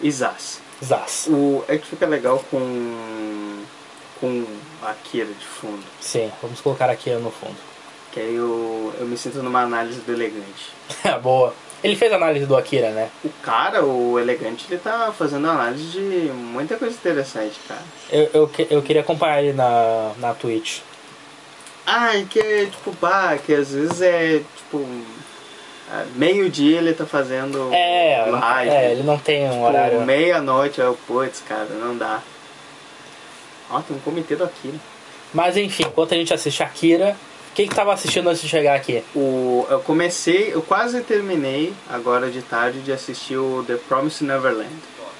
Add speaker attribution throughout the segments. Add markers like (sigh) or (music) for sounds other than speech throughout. Speaker 1: e Zaz.
Speaker 2: Zaz.
Speaker 1: O, é que fica legal com, com a Kira de fundo.
Speaker 2: Sim, vamos colocar aqui no fundo. (laughs)
Speaker 1: Que aí eu, eu me sinto numa análise do elegante.
Speaker 2: Boa. Ele fez análise do Akira, né?
Speaker 1: O cara, o elegante, ele tá fazendo análise de muita coisa interessante, cara.
Speaker 2: Eu, eu, que- eu queria acompanhar ele na, na Twitch.
Speaker 1: Ai, que é tipo, bah, que às vezes é tipo. ah, Meio-dia ele tá fazendo
Speaker 2: É,
Speaker 1: live.
Speaker 2: é, ele não tem um
Speaker 1: Tipo,
Speaker 2: horário.
Speaker 1: Meia-noite, aí eu, putz, cara, não dá. Ó, tem um comitê do Akira.
Speaker 2: Mas enfim, enquanto a gente assiste Akira, quem que tava assistindo antes de chegar aqui?
Speaker 1: O, eu comecei, eu quase terminei agora de tarde de assistir o The Promised Neverland.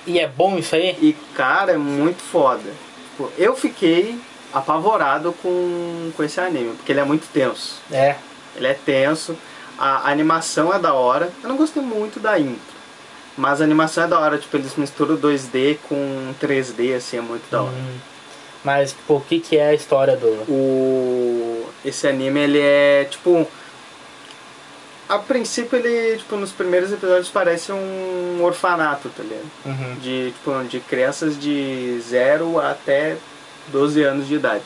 Speaker 2: E é bom isso aí?
Speaker 1: E cara, é muito foda. Tipo, Eu fiquei apavorado com, com esse anime, porque ele é muito tenso.
Speaker 2: É.
Speaker 1: Ele é tenso, a animação é da hora. Eu não gostei muito da intro, mas a animação é da hora. Tipo, eles misturam 2D com 3D, assim, é muito da hora.
Speaker 2: Hum. Mas pô, o que, que é a história do.
Speaker 1: O, esse anime, ele é tipo. A princípio, ele, tipo, nos primeiros episódios parece um orfanato, tá ligado?
Speaker 2: Uhum.
Speaker 1: de, tipo, de crianças de 0 até 12 anos de idade.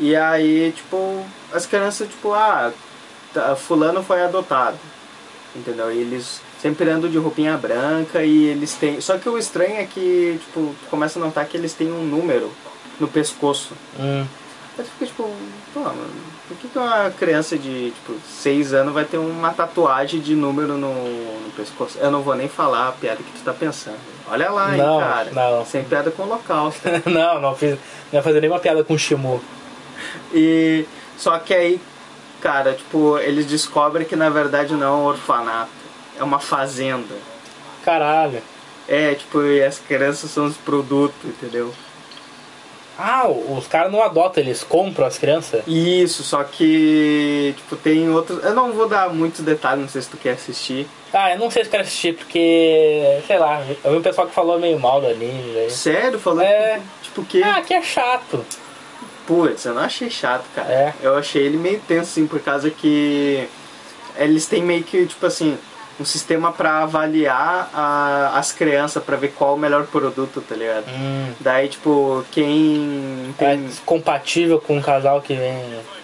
Speaker 1: E aí, tipo, as crianças, tipo, ah, tá- fulano foi adotado. Entendeu? E eles sempre andam de roupinha branca e eles têm. Só que o estranho é que, tipo, tu começa a notar que eles têm um número no pescoço.
Speaker 2: Hum. (laughs)
Speaker 1: Aí tu fica tipo, pô, mano, por que, que uma criança de, tipo, 6 anos vai ter uma tatuagem de número no, no pescoço? Eu não vou nem falar a piada que tu tá pensando. Olha lá,
Speaker 2: Não,
Speaker 1: hein, cara.
Speaker 2: não.
Speaker 1: Sem piada com o holocausto.
Speaker 2: não, não fiz. Não ia fazer nenhuma piada com o Shimu.
Speaker 1: e só que aí, cara, tipo, eles descobrem que na verdade não é um orfanato, é uma fazenda.
Speaker 2: Caralho.
Speaker 1: É, tipo, e as crianças são os produtos, entendeu?
Speaker 2: Ah, o- os caras não adotam, eles compram as crianças?
Speaker 1: Isso, só que, tipo, tem outros. Eu não vou dar muitos detalhes, não sei se tu quer assistir.
Speaker 2: Ah, eu não sei se eu quero assistir, porque. Sei lá, eu vi um pessoal que falou meio mal do anime, velho.
Speaker 1: Sério? Falando
Speaker 2: É.
Speaker 1: tipo que.
Speaker 2: Ah, que é chato.
Speaker 1: Putz, eu não achei chato, cara.
Speaker 2: É?
Speaker 1: Eu achei ele meio tenso, assim, por causa que eles têm meio que, tipo assim, um sistema pra avaliar a- as crianças, pra ver qual o melhor produto, tá ligado?
Speaker 2: Hum.
Speaker 1: Daí, tipo, quem
Speaker 2: É
Speaker 1: tem.
Speaker 2: compatível com um casal que vem.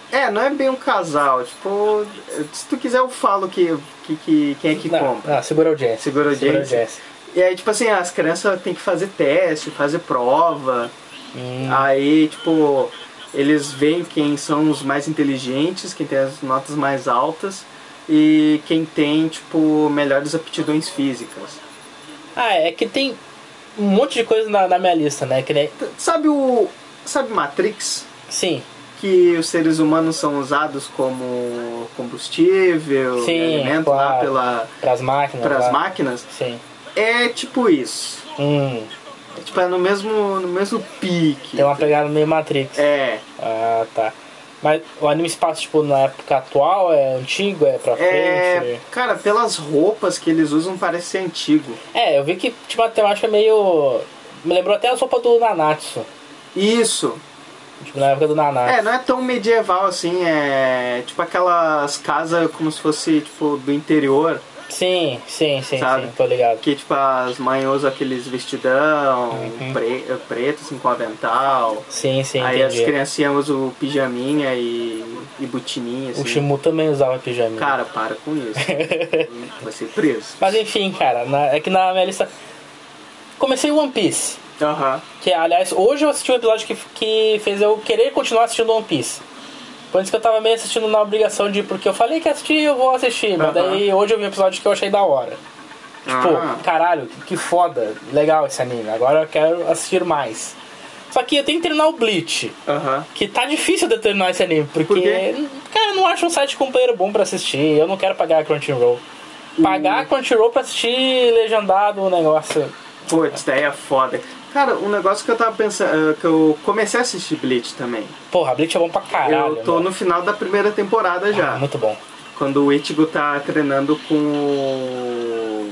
Speaker 1: É, não é bem um casal, tipo, se tu quiser eu falo que, que, que- quem é que
Speaker 2: não,
Speaker 1: compra.
Speaker 2: não, segura a audiência.
Speaker 1: Segura a
Speaker 2: Segura a
Speaker 1: audiência. E aí, tipo assim, as crianças têm que fazer teste, fazer prova.
Speaker 2: Hum.
Speaker 1: Aí, tipo, eles veem quem são os mais inteligentes, quem tem as notas mais altas e quem tem, tipo, melhores aptidões físicas.
Speaker 2: Ah, é que tem um monte de coisa na, na minha lista, né? Que nem...
Speaker 1: T- Sabe o. Sabe Matrix?
Speaker 2: Sim,
Speaker 1: Que os seres humanos são usados como combustível,
Speaker 2: Sim,
Speaker 1: alimento lá
Speaker 2: claro.
Speaker 1: pela,
Speaker 2: pras máquinas.
Speaker 1: pras
Speaker 2: lá.
Speaker 1: máquinas.
Speaker 2: Sim.
Speaker 1: É tipo isso.
Speaker 2: Hum,
Speaker 1: É, tipo, é no mesmo, no mesmo pique.
Speaker 2: tem uma pegada meio Matrix.
Speaker 1: É,
Speaker 2: Ah, tá. Mas o anime se passa, tipo, na época atual? É antigo? É pra
Speaker 1: é.
Speaker 2: frente?
Speaker 1: Cara, pelas roupas que eles usam parece ser antigo.
Speaker 2: É, eu vi que, tipo, a temática é meio... Me lembrou até a sopa do Nanatsu.
Speaker 1: Isso.
Speaker 2: Tipo, na época do Nanatsu.
Speaker 1: É, não é tão medieval assim, é tipo aquelas casas como se fosse tipo do interior,
Speaker 2: Sim, sim, sim,
Speaker 1: Sabe?
Speaker 2: sim, tô ligado.
Speaker 1: que tipo as mães usam aqueles vestidão
Speaker 2: Uhum.
Speaker 1: pre- eh, preto assim com avental.
Speaker 2: Sim, sim,
Speaker 1: Aí as
Speaker 2: entendi.
Speaker 1: criancinhas usam o pijaminha e, e botininha
Speaker 2: O
Speaker 1: assim.
Speaker 2: Shimu também usava pijama.
Speaker 1: Cara, para com
Speaker 2: (laughs)
Speaker 1: isso. Vai ser preso.
Speaker 2: Mas enfim, cara, na- é que na minha lista... Comecei One Piece.
Speaker 1: Aham.
Speaker 2: Que, aliás, hoje eu assisti um episódio que, que fez eu querer continuar assistindo One Piece. Por isso que eu tava meio assistindo na obrigação de... Porque eu falei que ia assistir, eu vou assistir. Mas
Speaker 1: Aham.
Speaker 2: daí hoje eu vi um episódio que eu achei da hora. Tipo,
Speaker 1: Ah.
Speaker 2: caralho, que, que foda. Legal esse anime. Agora eu quero assistir mais. Só que eu tenho que terminar o Bleach.
Speaker 1: Aham.
Speaker 2: Que tá difícil de terminar esse anime. Porque,
Speaker 1: Por quê?
Speaker 2: cara, eu não acho um site companheiro bom pra assistir. Eu não quero pagar a Crunchyroll. Pagar
Speaker 1: Hum.
Speaker 2: a Crunchyroll pra assistir legendado o negócio...
Speaker 1: Putz, daí é foda. Cara, um negócio que eu tava pensando, eh, que eu comecei a assistir Bleach também.
Speaker 2: Porra, Bleach é bom pra caralho. né? Ah,
Speaker 1: eu tô
Speaker 2: mano.
Speaker 1: no final da primeira temporada já.
Speaker 2: Muito bom.
Speaker 1: Quando o Ichigo tá treinando com o.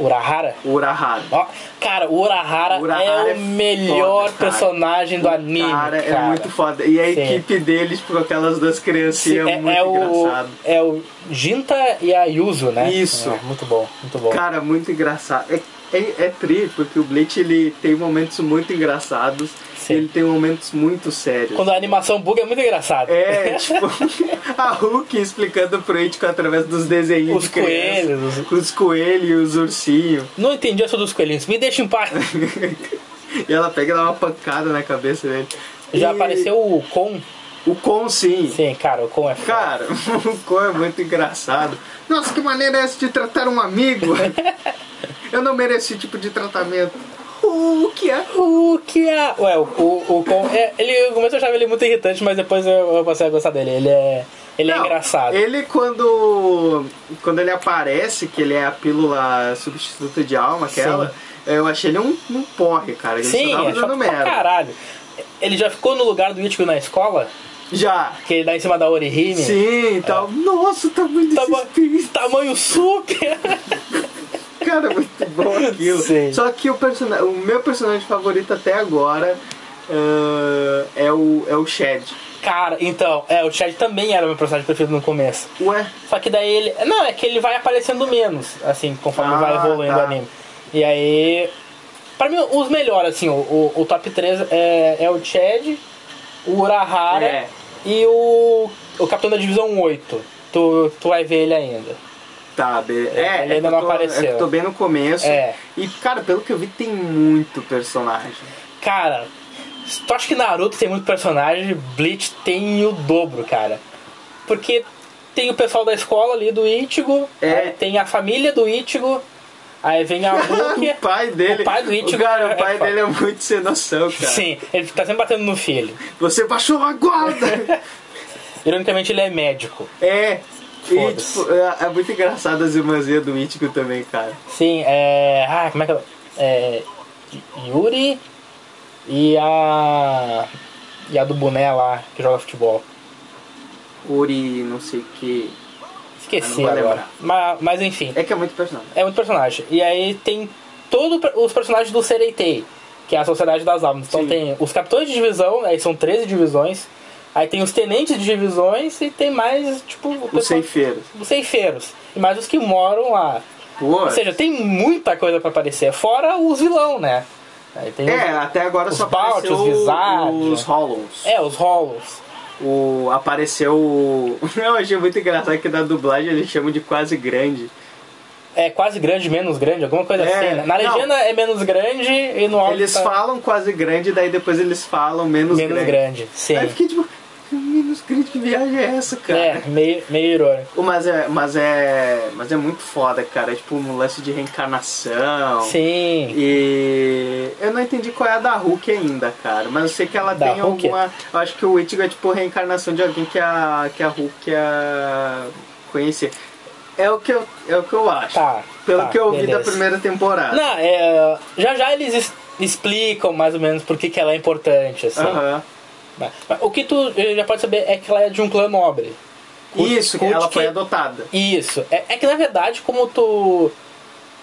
Speaker 2: Urahara?
Speaker 1: Urahara.
Speaker 2: Ó, cara, o Urahara,
Speaker 1: Urahara
Speaker 2: é
Speaker 1: é
Speaker 2: o melhor
Speaker 1: foda, cara.
Speaker 2: personagem do anime.
Speaker 1: Cara,
Speaker 2: Cara,
Speaker 1: é muito foda. E a
Speaker 2: Sim.
Speaker 1: equipe deles com aquelas duas
Speaker 2: Sim,
Speaker 1: criancinhas é,
Speaker 2: é,
Speaker 1: muito
Speaker 2: é o,
Speaker 1: engraçado.
Speaker 2: é o Jinta e a Yuzu, né?
Speaker 1: Isso.
Speaker 2: É, muito bom, muito bom.
Speaker 1: Cara, muito engraçado. É, é, é tri, porque o Bleach ele tem momentos muito engraçados
Speaker 2: Sim.
Speaker 1: e ele tem momentos muito sérios.
Speaker 2: Quando a animação buga é muito engraçado.
Speaker 1: É, tipo, (laughs) a Hulk explicando pro Ítico através dos desenhos
Speaker 2: Os
Speaker 1: de criança.
Speaker 2: coelhos,
Speaker 1: Os coelhos e os ursinhos. (laughs)
Speaker 2: Não entendi essa dos coelhinhos. Me deixa em paz.
Speaker 1: E ela pega e dá uma pancada na cabeça dele.
Speaker 2: Já
Speaker 1: E
Speaker 2: apareceu o Kon.
Speaker 1: O Con, sim.
Speaker 2: Sim, cara, o Kon é foda.
Speaker 1: Cara, (laughs) o Con é muito engraçado. Nossa, que maneira é essa de tratar um
Speaker 2: (laughs)
Speaker 1: amigo? Eu não mereço esse tipo de tratamento. O que é?
Speaker 2: O que é. Ué, o, o, o Kon. É, ele, no começo eu achava ele muito irritante, mas depois eu, eu passei a gostar dele. Ele é. Ele é
Speaker 1: Não,
Speaker 2: engraçado.
Speaker 1: Ele quando. Quando ele aparece, que ele é a pílula substituta de alma, aquela, eu achei ele um, um porre, cara. Ele
Speaker 2: Sim,
Speaker 1: só
Speaker 2: é
Speaker 1: tava
Speaker 2: chato
Speaker 1: dando
Speaker 2: pra
Speaker 1: merda.
Speaker 2: caralho. Ele já ficou no lugar do Ichigo na escola,
Speaker 1: Já.
Speaker 2: que ele dá em cima da Orihime.
Speaker 1: Sim, então.
Speaker 2: É.
Speaker 1: Nossa, tá muito
Speaker 2: Tama-
Speaker 1: desespero.
Speaker 2: tamanho super!
Speaker 1: Cara, muito bom
Speaker 2: (laughs)
Speaker 1: aquilo.
Speaker 2: Sim.
Speaker 1: Só que o, persona- o meu personagem favorito até agora ah, é, o, é o Shed.
Speaker 2: (laughs) Cara, então, é, o Chad também era o meu personagem preferido no começo.
Speaker 1: Ué,
Speaker 2: Só que daí ele. Não, é que ele vai aparecendo menos, assim, conforme vai
Speaker 1: Ah,
Speaker 2: evoluindo
Speaker 1: tá.
Speaker 2: o anime. E aí. Pra mim, os melhores, assim, o, o, o top 3 é, é o Chad, o Urahara
Speaker 1: É.
Speaker 2: e o. O Capitão da Divisão 8. Tu, tu vai ver ele ainda.
Speaker 1: tá, be- é,
Speaker 2: Ele
Speaker 1: é que
Speaker 2: ainda
Speaker 1: eu
Speaker 2: não
Speaker 1: tô-
Speaker 2: apareceu.
Speaker 1: É que eu tô bem no começo.
Speaker 2: É.
Speaker 1: E, cara, pelo que eu vi, tem muito personagem.
Speaker 2: Cara, se tu acha que Naruto tem muito personagem, Bleach tem o dobro, cara. Porque tem o pessoal da escola ali do Ichigo,
Speaker 1: É.
Speaker 2: aí tem a família do Ichigo, aí
Speaker 1: (laughs)
Speaker 2: vem a Hulk.
Speaker 1: o pai dele.
Speaker 2: O pai do Ichigo.
Speaker 1: Cara, o pai
Speaker 2: foda.
Speaker 1: dele é muito sem noção, cara.
Speaker 2: Sim, ele tá sempre batendo no filho.
Speaker 1: Você baixou a
Speaker 2: (laughs)
Speaker 1: guarda!
Speaker 2: Ironicamente, ele é médico.
Speaker 1: é. E,
Speaker 2: Foda-se.
Speaker 1: tipo, é, é muito engraçado as irmãzinhas do Ítico também, cara.
Speaker 2: Sim, é. Ah, como é que é? é Yuri e a. E a do boné lá, que joga futebol.
Speaker 1: Uri, não sei o que.
Speaker 2: Esqueci
Speaker 1: Eu Ah, não vou
Speaker 2: agora.
Speaker 1: lembrar.
Speaker 2: Mas, mas enfim.
Speaker 1: É que é muito personagem.
Speaker 2: É muito personagem. E aí tem todos os personagens do Sereitei, que é a Sociedade das Almas. Então
Speaker 1: Sim.
Speaker 2: tem os capitães de divisão, aí são 13 divisões. Aí tem os tenentes de divisões e tem mais, tipo, o
Speaker 1: Os
Speaker 2: pessoal-
Speaker 1: ceifeiros.
Speaker 2: os ceifeiros. E mais os que moram lá.
Speaker 1: Pô,
Speaker 2: Ou seja, tem muita coisa pra aparecer, fora os vilão, né? Aí tem
Speaker 1: É, até agora
Speaker 2: Os
Speaker 1: só
Speaker 2: Balti,
Speaker 1: apareceu
Speaker 2: os Visage.
Speaker 1: os Hollows.
Speaker 2: os, é, os Hollows.
Speaker 1: O, apareceu o... (laughs) Eu achei muito engraçado que na dublagem eles chamam de quase grande.
Speaker 2: É quase grande, menos grande, alguma coisa
Speaker 1: É,
Speaker 2: assim. Né? Na
Speaker 1: não.
Speaker 2: legenda é menos grande e no áudio
Speaker 1: Eles
Speaker 2: tá
Speaker 1: falam quase grande, daí depois eles falam menos,
Speaker 2: menos grande. Sim.
Speaker 1: Aí eu fiquei tipo, "Que menos grande, que viagem é essa, cara?
Speaker 2: É, meio, meio irônico.
Speaker 1: Ô, Mas é, mas é, mas é muito foda, cara. É Tipo, um lance de reencarnação.
Speaker 2: Sim.
Speaker 1: E eu não entendi qual é a da Hulk ainda, cara. Mas eu sei que ela
Speaker 2: Da
Speaker 1: tem
Speaker 2: Hulk?
Speaker 1: alguma. Eu acho que o Ichigo é tipo a reencarnação de alguém que a, que a Hulk a... conhecia. É o que eu, é o que eu acho.
Speaker 2: Tá,
Speaker 1: Pelo
Speaker 2: tá,
Speaker 1: que eu vi da
Speaker 2: beleza.
Speaker 1: primeira temporada.
Speaker 2: Não, é, já já eles es- explicam mais ou menos por que, que ela é importante, assim.
Speaker 1: Aham.
Speaker 2: Mas- mas O que tu eh, já pode saber é que ela é de um clã nobre. Cult-
Speaker 1: Isso, que
Speaker 2: cult
Speaker 1: ela foi
Speaker 2: que-
Speaker 1: adotada.
Speaker 2: Isso. É, é que na verdade, como tu.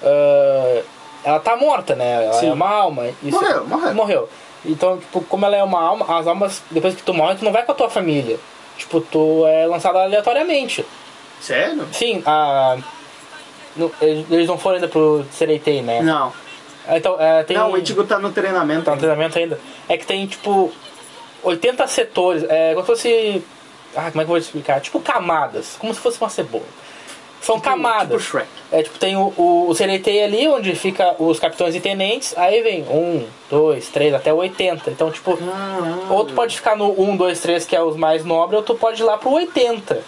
Speaker 2: ah, ela tá morta, né? Ela
Speaker 1: Sim.
Speaker 2: é uma alma. Isso-
Speaker 1: Morreu, morreu.
Speaker 2: Então, tipo, como ela é uma alma, as almas, depois que tu morre, tu não vai com a tua família. Tipo, tu é lançado aleatoriamente.
Speaker 1: Sério?
Speaker 2: Sim, a. não- eles eles não foram ainda pro Sereitei, né?
Speaker 1: Não.
Speaker 2: Então, é, tem...
Speaker 1: Não, o Ichigo tá no treinamento.
Speaker 2: Tá no
Speaker 1: ainda.
Speaker 2: treinamento ainda. É que tem, tipo, 80 setores. É como se fosse. Ah, como é que eu vou te explicar? Tipo camadas. Como se fosse uma cebola. São
Speaker 1: Tipo
Speaker 2: camadas.
Speaker 1: Shrek.
Speaker 2: É tipo, tem o, o, o CNT ali, onde fica os capitães e tenentes. Aí vem um, dois, três, até 80. Então, tipo,
Speaker 1: Hum. Caralho.
Speaker 2: ou tu pode ficar no 1, 2, 3, que é os mais nobres, ou tu pode ir lá pro 80.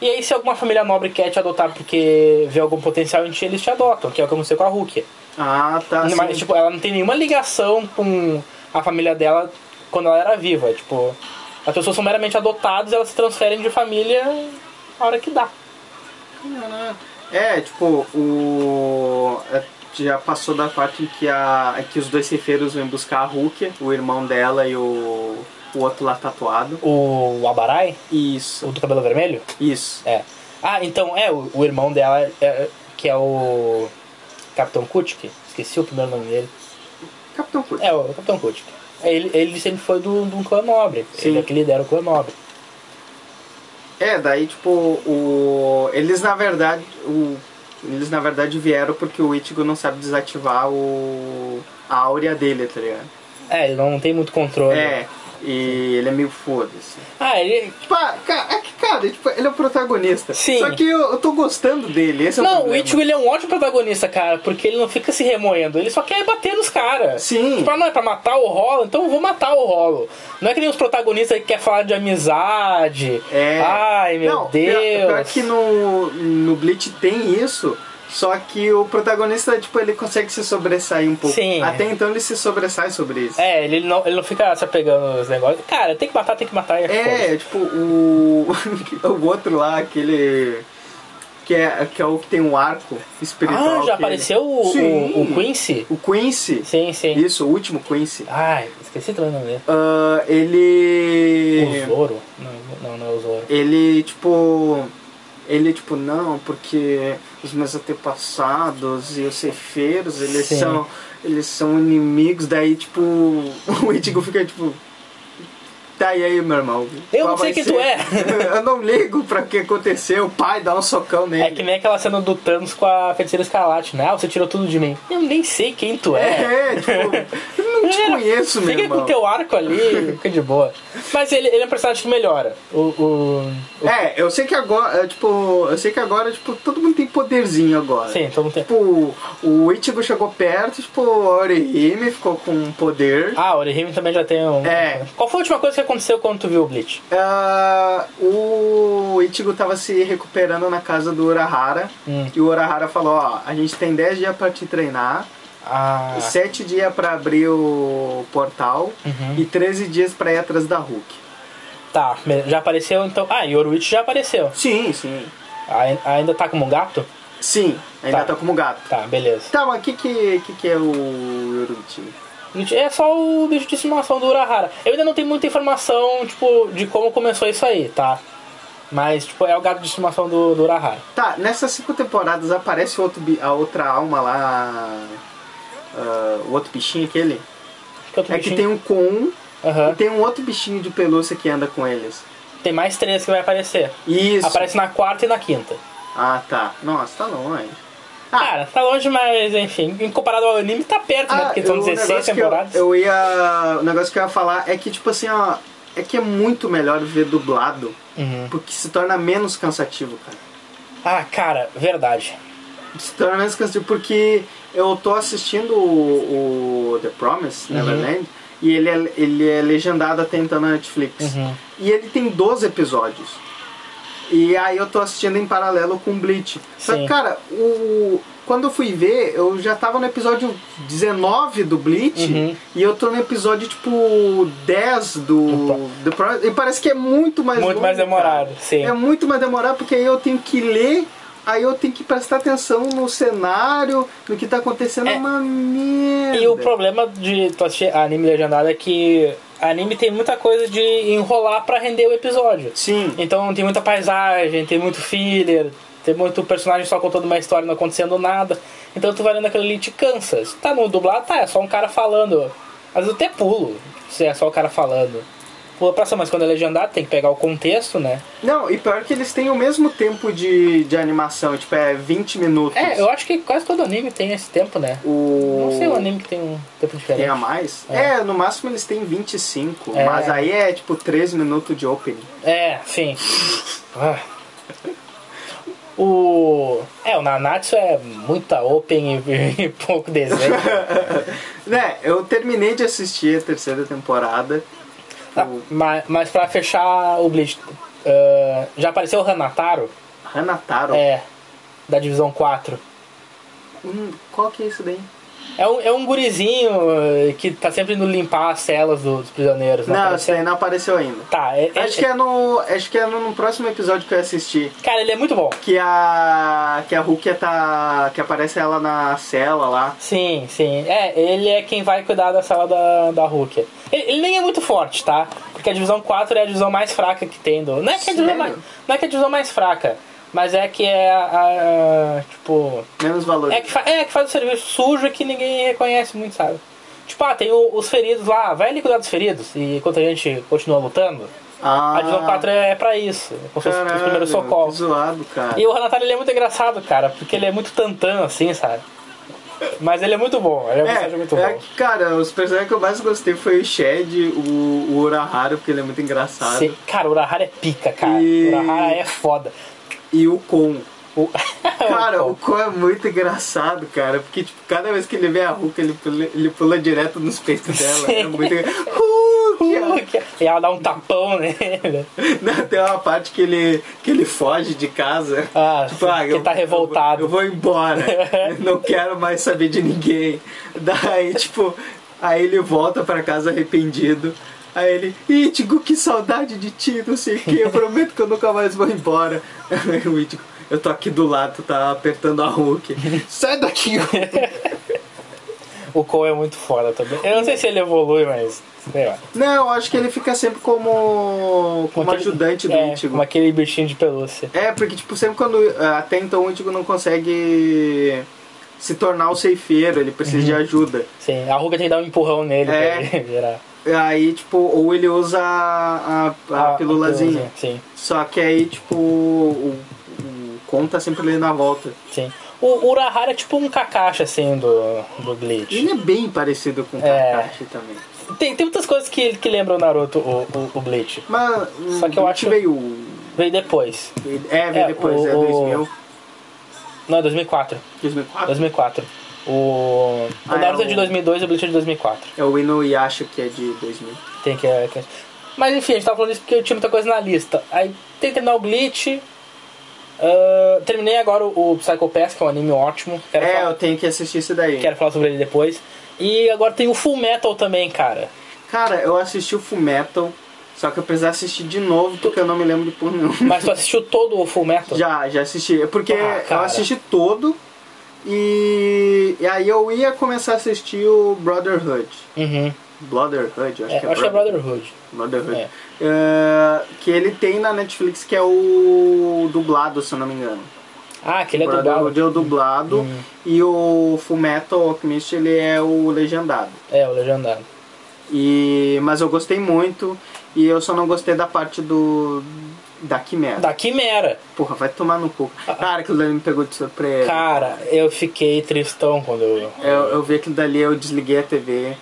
Speaker 2: E aí, se alguma família nobre quer te adotar porque vê algum potencial em ti, eles te adotam, que é o que aconteceu com a Rukia.
Speaker 1: Ah, tá.
Speaker 2: Não, Mas,
Speaker 1: sim.
Speaker 2: tipo, ela não tem nenhuma ligação com a família dela quando ela era viva. Tipo, as pessoas são meramente adotadas e elas se transferem de família a hora que dá.
Speaker 1: É, tipo, o. é, Já passou da parte em que, a, em que os dois ceifeiros vêm buscar a Hulk, o irmão dela e o, o outro lá tatuado.
Speaker 2: O Abarai,
Speaker 1: Isso,
Speaker 2: o do cabelo vermelho?
Speaker 1: isso.
Speaker 2: É. Ah, então, é, o, o irmão dela, é, que é o Capitão Kutik, esqueci o primeiro nome dele.
Speaker 1: Capitão Curto.
Speaker 2: É, o Capitão Kutik. Ele, ele sempre foi do- de um clã nobre.
Speaker 1: Sim.
Speaker 2: Ele é que lidera o clã nobre.
Speaker 1: É, daí tipo, o... eles na verdade. O... Eles na verdade vieram porque o Ichigo não sabe desativar o. a áurea dele, tá ligado?
Speaker 2: É, ele não tem muito controle.
Speaker 1: É. E ele é meio foda-se.
Speaker 2: Ah, ele.
Speaker 1: Tipo, ah, cara, é que, cara, tipo, ele é o protagonista.
Speaker 2: Sim.
Speaker 1: Só que eu, eu tô gostando dele. Esse é o
Speaker 2: não, o
Speaker 1: problema.
Speaker 2: Ichigo ele é um ótimo protagonista, cara, porque ele não fica se remoendo, ele só quer bater nos caras.
Speaker 1: Sim.
Speaker 2: Tipo, ah, não, é pra matar o Rolo, então eu vou matar o Rolo. Não é que nem os protagonistas que quer falar de amizade.
Speaker 1: É.
Speaker 2: Ai, meu
Speaker 1: não,
Speaker 2: Deus.
Speaker 1: pior- Pior que no, no Bleach tem isso, só que o protagonista, tipo, ele consegue se sobressair um pouco.
Speaker 2: Sim.
Speaker 1: Até então ele se sobressai sobre isso.
Speaker 2: É, ele não, ele não fica se apegando nos negócios. Cara, tem que matar, tem que matar. E foda-se.
Speaker 1: É, tipo, o. (laughs) o outro lá, aquele. Que é, que é o que tem um arco espiritual.
Speaker 2: Ah, já
Speaker 1: que-
Speaker 2: apareceu o,
Speaker 1: tá Sim.
Speaker 2: o, o Quincy?
Speaker 1: O Quincy.
Speaker 2: Sim, sim.
Speaker 1: Isso, o último Quincy.
Speaker 2: Ai, esqueci também o nome dele.
Speaker 1: Ah,
Speaker 2: O
Speaker 1: ele.
Speaker 2: Zoro? Não, não, não é o Zoro.
Speaker 1: Ele, tipo. Ele, tipo, não, porque os meus antepassados e os cefeiros, eles
Speaker 2: Sim.
Speaker 1: são. Eles são inimigos, daí, tipo, (laughs) o Ichigo fica, tipo. Tá e aí, meu irmão.
Speaker 2: Eu
Speaker 1: Qual
Speaker 2: não sei
Speaker 1: vai
Speaker 2: quem tu é.
Speaker 1: (laughs) Eu não ligo pra que aconteceu. O pai dá um socão nele.
Speaker 2: É que nem aquela cena do Thanos com a feiticeira escarlate, né? Ah, você tirou tudo de mim. Eu nem sei quem tu é.
Speaker 1: É, tipo, eu não te conheço, meu
Speaker 2: Fica
Speaker 1: irmão.
Speaker 2: com teu arco ali, fica de boa. Mas ele, ele é um personagem que melhora. O, o, o-
Speaker 1: É, eu sei que agora, é, tipo, eu sei que agora, tipo, todo mundo tem poderzinho agora.
Speaker 2: Sim, todo mundo tem.
Speaker 1: Tipo, o Ichigo chegou perto, tipo, a Orihime ficou com um poder.
Speaker 2: Ah, o Orihime também já tem um.
Speaker 1: É.
Speaker 2: Qual foi a última coisa que aconteceu quando tu viu o Bleach?
Speaker 1: Ah, o Ichigo tava se recuperando na casa do Urahara.
Speaker 2: Hum.
Speaker 1: E o Urahara falou, ó, a gente tem 10 dias pra te treinar,
Speaker 2: Ah.
Speaker 1: 7 dias pra abrir o portal
Speaker 2: Uhum.
Speaker 1: e 13 dias pra ir atrás da Hulk.
Speaker 2: Tá, já apareceu então. Ah, e Yoruichi já apareceu.
Speaker 1: Sim, sim.
Speaker 2: Ai- Ainda tá como um gato?
Speaker 1: Sim, ainda
Speaker 2: Tá.
Speaker 1: tá, como gato.
Speaker 2: Tá, beleza.
Speaker 1: Tá, mas o que, que, que, que é o Yoruti?
Speaker 2: Gente, É só o bicho de estimação do Urahara. Eu ainda não tenho muita informação, tipo, de como começou isso aí, tá? Mas, tipo, é o gato de estimação do, do Urahara.
Speaker 1: Tá, nessas cinco temporadas aparece outro, bi- a outra alma lá. ah, o outro bichinho aquele?
Speaker 2: Que outro
Speaker 1: É que
Speaker 2: bichinho?
Speaker 1: tem um com
Speaker 2: Aham.
Speaker 1: e tem um outro bichinho de pelúcia que anda com eles.
Speaker 2: Tem mais três que vai aparecer.
Speaker 1: Isso.
Speaker 2: Aparece na quarta e na quinta.
Speaker 1: Ah, tá. Nossa, tá longe. Ah.
Speaker 2: Cara, tá longe, mas enfim, em comparado ao anime, tá perto, né? Porque são
Speaker 1: Ah, o
Speaker 2: 16
Speaker 1: negócio é que eu-
Speaker 2: temporadas.
Speaker 1: Eu, ia. O negócio que eu ia falar é que, tipo assim, ó. É que é muito melhor ver dublado.
Speaker 2: Uhum.
Speaker 1: Porque se torna menos cansativo, cara.
Speaker 2: Ah, cara, verdade.
Speaker 1: se torna menos cansativo porque eu tô assistindo o, o The Promise,
Speaker 2: Uhum.
Speaker 1: Neverland, e ele é, ele é legendado até então na Netflix.
Speaker 2: Uhum.
Speaker 1: E ele tem 12 episódios. E aí eu tô assistindo em paralelo com Bleach. Só
Speaker 2: Sim.
Speaker 1: que, cara, o. Quando eu fui ver, eu já tava no episódio 19 do Bleach
Speaker 2: Uhum.
Speaker 1: e eu tô no episódio tipo 10 do. The Promise e parece que é muito mais
Speaker 2: Muito
Speaker 1: longo,
Speaker 2: mais demorado,
Speaker 1: cara.
Speaker 2: sim.
Speaker 1: É muito mais demorado porque aí eu tenho que ler, aí eu tenho que prestar atenção no cenário, no que tá acontecendo. É,
Speaker 2: É.
Speaker 1: uma merda.
Speaker 2: E o problema de tu assistir anime legendado é que anime tem muita coisa de enrolar pra render o episódio.
Speaker 1: Sim.
Speaker 2: Então tem muita paisagem, tem muito filler, tem muito personagem só contando uma história, não acontecendo nada. Então tu vai lendo aquilo ali e te cansa. Se tá no dublado, tá, é só um cara falando. Às vezes eu até pulo, se é só o cara falando. Pula pra cima, mas quando é legendado tem que pegar o contexto, né?
Speaker 1: Não, e pior que eles têm o mesmo tempo de, de animação, tipo, é 20 minutos.
Speaker 2: É, eu acho que quase todo anime tem esse tempo, né?
Speaker 1: O...
Speaker 2: Não sei um anime que tem um tempo diferente.
Speaker 1: Tem a mais? É. no máximo eles têm 25,
Speaker 2: É.
Speaker 1: mas aí é tipo 3 minutos de opening. (laughs)
Speaker 2: É, sim. Ah. O. É, o Nanatsu é muita open e, (laughs) e pouco
Speaker 1: (laughs)
Speaker 2: desenho.
Speaker 1: né, eu terminei de assistir a terceira temporada.
Speaker 2: Ah, mas, mas pra fechar o Bleach, ah, já apareceu o Hanataro?
Speaker 1: Hanataro.
Speaker 2: É, da divisão 4.
Speaker 1: Hum, qual que é isso daí?
Speaker 2: É um, é um gurizinho ah, que tá sempre indo limpar as celas do- dos prisioneiros.
Speaker 1: Não, isso
Speaker 2: apareceu?
Speaker 1: daí não apareceu ainda.
Speaker 2: Tá, é, é-
Speaker 1: Acho que é no. Acho que é no, no próximo episódio que eu assisti.
Speaker 2: cara, ele é muito bom.
Speaker 1: Que a. Que a Rukia tá. Que aparece ela na cela lá.
Speaker 2: Sim, sim. É, ele é quem vai cuidar da sala da, da Hulk. Ele, ele nem é muito forte, tá? Porque a divisão 4 é a divisão mais fraca que tem do. Não é que é a divisão
Speaker 1: Sério?
Speaker 2: mais, não é que é a divisão mais fraca, Mas é que é a, a- tipo.
Speaker 1: Menos valor.
Speaker 2: É que, fa- é que faz o serviço sujo e que ninguém reconhece muito, sabe? Tipo, ah, tem o- os feridos lá, vai ali cuidar dos feridos e enquanto a gente continua lutando.
Speaker 1: Ah,
Speaker 2: A Divisão 4 é pra isso, é como se fosse os
Speaker 1: caralho,
Speaker 2: primeiros
Speaker 1: que
Speaker 2: socorros.
Speaker 1: zoado, cara.
Speaker 2: E o Hanatari ele é muito engraçado, cara, porque ele é muito tantã, assim, sabe? Mas ele é muito bom, ele é um personagem muito
Speaker 1: É, é,
Speaker 2: bom.
Speaker 1: cara, os personagens que eu mais gostei foi o Shed, o, o Urahara, porque ele é muito engraçado,
Speaker 2: Sim, cara, o Urahara é pica, cara.
Speaker 1: E-
Speaker 2: O Urahara é foda.
Speaker 1: e o Kon.
Speaker 2: O- (laughs)
Speaker 1: Cara,
Speaker 2: o-
Speaker 1: o Kon é muito engraçado, cara, porque tipo, cada vez que ele vê a Hulk, ele pula, ele pula direto nos peitos dela. É
Speaker 2: Sim.
Speaker 1: muito
Speaker 2: (laughs)
Speaker 1: Hulk! é
Speaker 2: Hulk. E ela dá um tapão (laughs) nele.
Speaker 1: Não, Tem uma parte que ele, que ele foge de casa.
Speaker 2: Ah, que ele tá revoltado.
Speaker 1: Eu Tipo, vou, eu vou
Speaker 2: (laughs)
Speaker 1: embora. Eu não quero mais saber de ninguém. Daí, tipo, aí ele volta pra casa arrependido. Aí ele, Ítigo, que saudade de ti, não sei o que, eu prometo que eu nunca mais vou embora. (laughs) Aí o Ítigo, eu tô aqui do lado, tu tá apertando a Hulk. Sai daqui, Hulk.
Speaker 2: O Cole é muito foda também. Eu não sei se ele evolui, mas. Sei lá.
Speaker 1: Não, eu acho que ele fica sempre como, como
Speaker 2: aquele-
Speaker 1: ajudante do
Speaker 2: é,
Speaker 1: Ítigo.
Speaker 2: Como aquele bichinho de pelúcia.
Speaker 1: É, porque, tipo, sempre quando. Até então o Índigo não consegue se tornar o ceifeiro, ele precisa
Speaker 2: Uhum.
Speaker 1: de ajuda.
Speaker 2: Sim, a Ruga tem que dar um empurrão nele
Speaker 1: É.
Speaker 2: pra ele (laughs) virar.
Speaker 1: Aí, tipo, ou ele usa a, a- a pilulazinha.
Speaker 2: Ah, Sim,
Speaker 1: Só que aí, tipo, o, o Kon tá sempre ali na volta.
Speaker 2: sim. O Urahara é tipo um Kakashi, assim, do, do Bleach.
Speaker 1: Ele é bem parecido com o
Speaker 2: É.
Speaker 1: Kakashi também.
Speaker 2: Tem, tem muitas coisas que, que lembram o Naruto, o, o, o Bleach.
Speaker 1: Mas
Speaker 2: Só que eu
Speaker 1: hum,
Speaker 2: acho-
Speaker 1: veio.
Speaker 2: Veio depois.
Speaker 1: É, veio
Speaker 2: É,
Speaker 1: depois,
Speaker 2: o-
Speaker 1: é 2000,
Speaker 2: Não, é 2004.
Speaker 1: 2004.
Speaker 2: 2004. O,
Speaker 1: Ah,
Speaker 2: o
Speaker 1: é
Speaker 2: Naruto é
Speaker 1: o-
Speaker 2: de 2002 e o Bleach é de 2004.
Speaker 1: É o Inu Yasha que é de 2000.
Speaker 2: Tem que, que- Mas enfim, a gente tava falando isso porque eu tinha muita coisa na lista. Aí tem que terminar o Bleach. ah, terminei agora o, o Psycho Pass, que é um anime ótimo. Quero,
Speaker 1: É,
Speaker 2: falar,
Speaker 1: eu tenho que assistir isso daí.
Speaker 2: quero falar sobre ele depois. E agora tem o Full Metal também, cara.
Speaker 1: Cara, eu assisti o Full Metal, só que eu precisava assistir de novo porque eu não me lembro de por nenhum.
Speaker 2: Mas tu assistiu todo o Full Metal?
Speaker 1: Já, já assisti. É Porque
Speaker 2: Ah,
Speaker 1: eu
Speaker 2: cara.
Speaker 1: assisti todo e, e aí eu ia começar a assistir o Brotherhood.
Speaker 2: Uhum.
Speaker 1: Brotherhood, eu acho
Speaker 2: É,
Speaker 1: que
Speaker 2: eu
Speaker 1: é,
Speaker 2: acho que é
Speaker 1: Brother-
Speaker 2: Brotherhood.
Speaker 1: Brotherhood.
Speaker 2: É.
Speaker 1: É, que ele tem na Netflix, que é o dublado, se eu não me engano.
Speaker 2: Ah, aquele é Hum. do Galo.
Speaker 1: Brotherhood é o dublado e o Fullmetal Alchemist, ele é o legendado.
Speaker 2: É, o Legendado.
Speaker 1: E, mas eu gostei muito e eu só não gostei da parte do. da Quimera.
Speaker 2: Da Quimera.
Speaker 1: Porra, vai tomar no
Speaker 2: (laughs)
Speaker 1: cu. Cara, aquilo dali me pegou de surpresa.
Speaker 2: Cara, eu fiquei tristão quando eu.
Speaker 1: Eu, eu vi aquilo dali, eu desliguei a TV.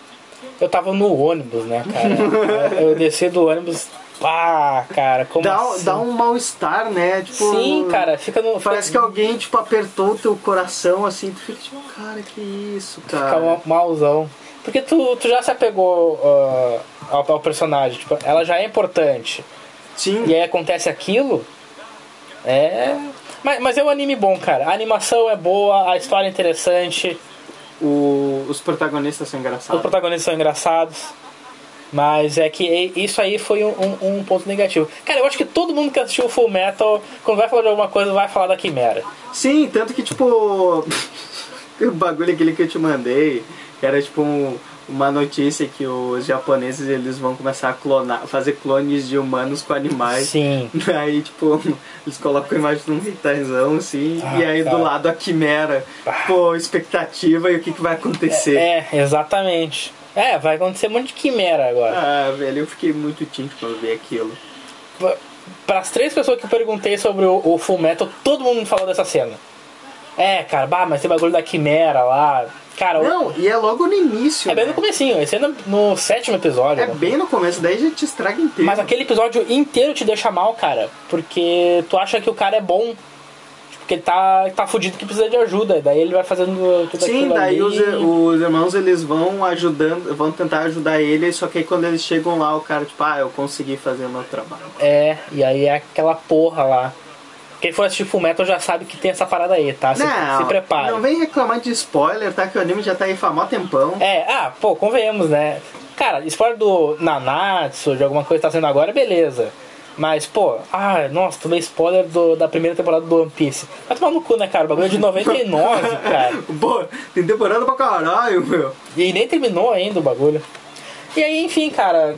Speaker 2: Eu tava no ônibus, né, cara? eu, eu desci do ônibus. Pá, cara, como
Speaker 1: Dá,
Speaker 2: assim?
Speaker 1: dá um mal-estar, né? Tipo,
Speaker 2: Sim, cara, fica no.
Speaker 1: Parece que
Speaker 2: fica,
Speaker 1: alguém, tipo, apertou o teu coração, assim. Tu fica tipo, cara, que isso,
Speaker 2: fica
Speaker 1: cara.
Speaker 2: ma- malzão. Porque tu, tu já se apegou ah, ao, ao personagem, tipo, ela já é importante. E
Speaker 1: Sim.
Speaker 2: aí acontece aquilo. É. Mas, mas é um anime bom, cara. A animação é boa, a história é interessante,
Speaker 1: O, os protagonistas são
Speaker 2: os
Speaker 1: engraçados.
Speaker 2: protagonistas são engraçados. Mas é que e- isso aí foi um, um- um ponto negativo. Cara, eu acho que todo mundo que assistiu o Full Metal, quando vai falar de alguma coisa, vai falar da Quimera.
Speaker 1: Sim, tanto que, tipo... (laughs) o bagulho aquele que eu te mandei, que era, tipo, um- uma notícia que os japoneses, eles vão começar a clonar, fazer clones de humanos com animais.
Speaker 2: Sim.
Speaker 1: (laughs) Aí, tipo, (laughs) eles colocam a imagem de um retarzão, assim,
Speaker 2: Ah,
Speaker 1: e aí
Speaker 2: cara.
Speaker 1: do lado a quimera. Pô, expectativa e o que, que vai acontecer.
Speaker 2: É, exatamente. É, vai acontecer um monte de Quimera agora.
Speaker 1: Ah, velho, eu fiquei muito tinto quando vi aquilo.
Speaker 2: Para as três pessoas que eu perguntei sobre o, o Full Metal, todo mundo falou dessa cena. É, cara, bah, mas tem bagulho da Quimera lá. Cara, o-
Speaker 1: Não, e é logo no início.
Speaker 2: é bem
Speaker 1: né?
Speaker 2: no comecinho, esse é no, no sétimo episódio.
Speaker 1: É
Speaker 2: né?
Speaker 1: bem no começo, daí já te estraga inteiro.
Speaker 2: Mas aquele episódio inteiro te deixa mal, cara. Porque tu acha que o cara é bom. tipo, Porque ele tá, tá fudido que precisa de ajuda. Daí ele vai fazendo tudo
Speaker 1: Sim,
Speaker 2: aquilo
Speaker 1: daí
Speaker 2: ali.
Speaker 1: os, os irmãos eles vão ajudando, vão tentar ajudar ele, só que aí quando eles chegam lá, o cara, tipo, ah, eu consegui fazer o meu trabalho.
Speaker 2: É, e aí é aquela porra lá. Quem for assistir Full Metal já sabe que tem essa parada aí, tá? Se,
Speaker 1: não,
Speaker 2: se prepara.
Speaker 1: não vem reclamar de spoiler, tá? Que o anime já tá aí faz mó tempão.
Speaker 2: É, ah, pô, convenhamos, né? Cara, spoiler do Nanatsu, de alguma coisa que tá sendo agora, beleza. Mas, pô, ah, nossa, tomei spoiler do- da primeira temporada do One Piece. Vai tomar no cu, né, cara?
Speaker 1: (laughs)
Speaker 2: O bagulho é de 99, cara.
Speaker 1: Boa, tem temporada pra caralho, meu.
Speaker 2: E nem terminou ainda o bagulho. E aí, enfim, cara,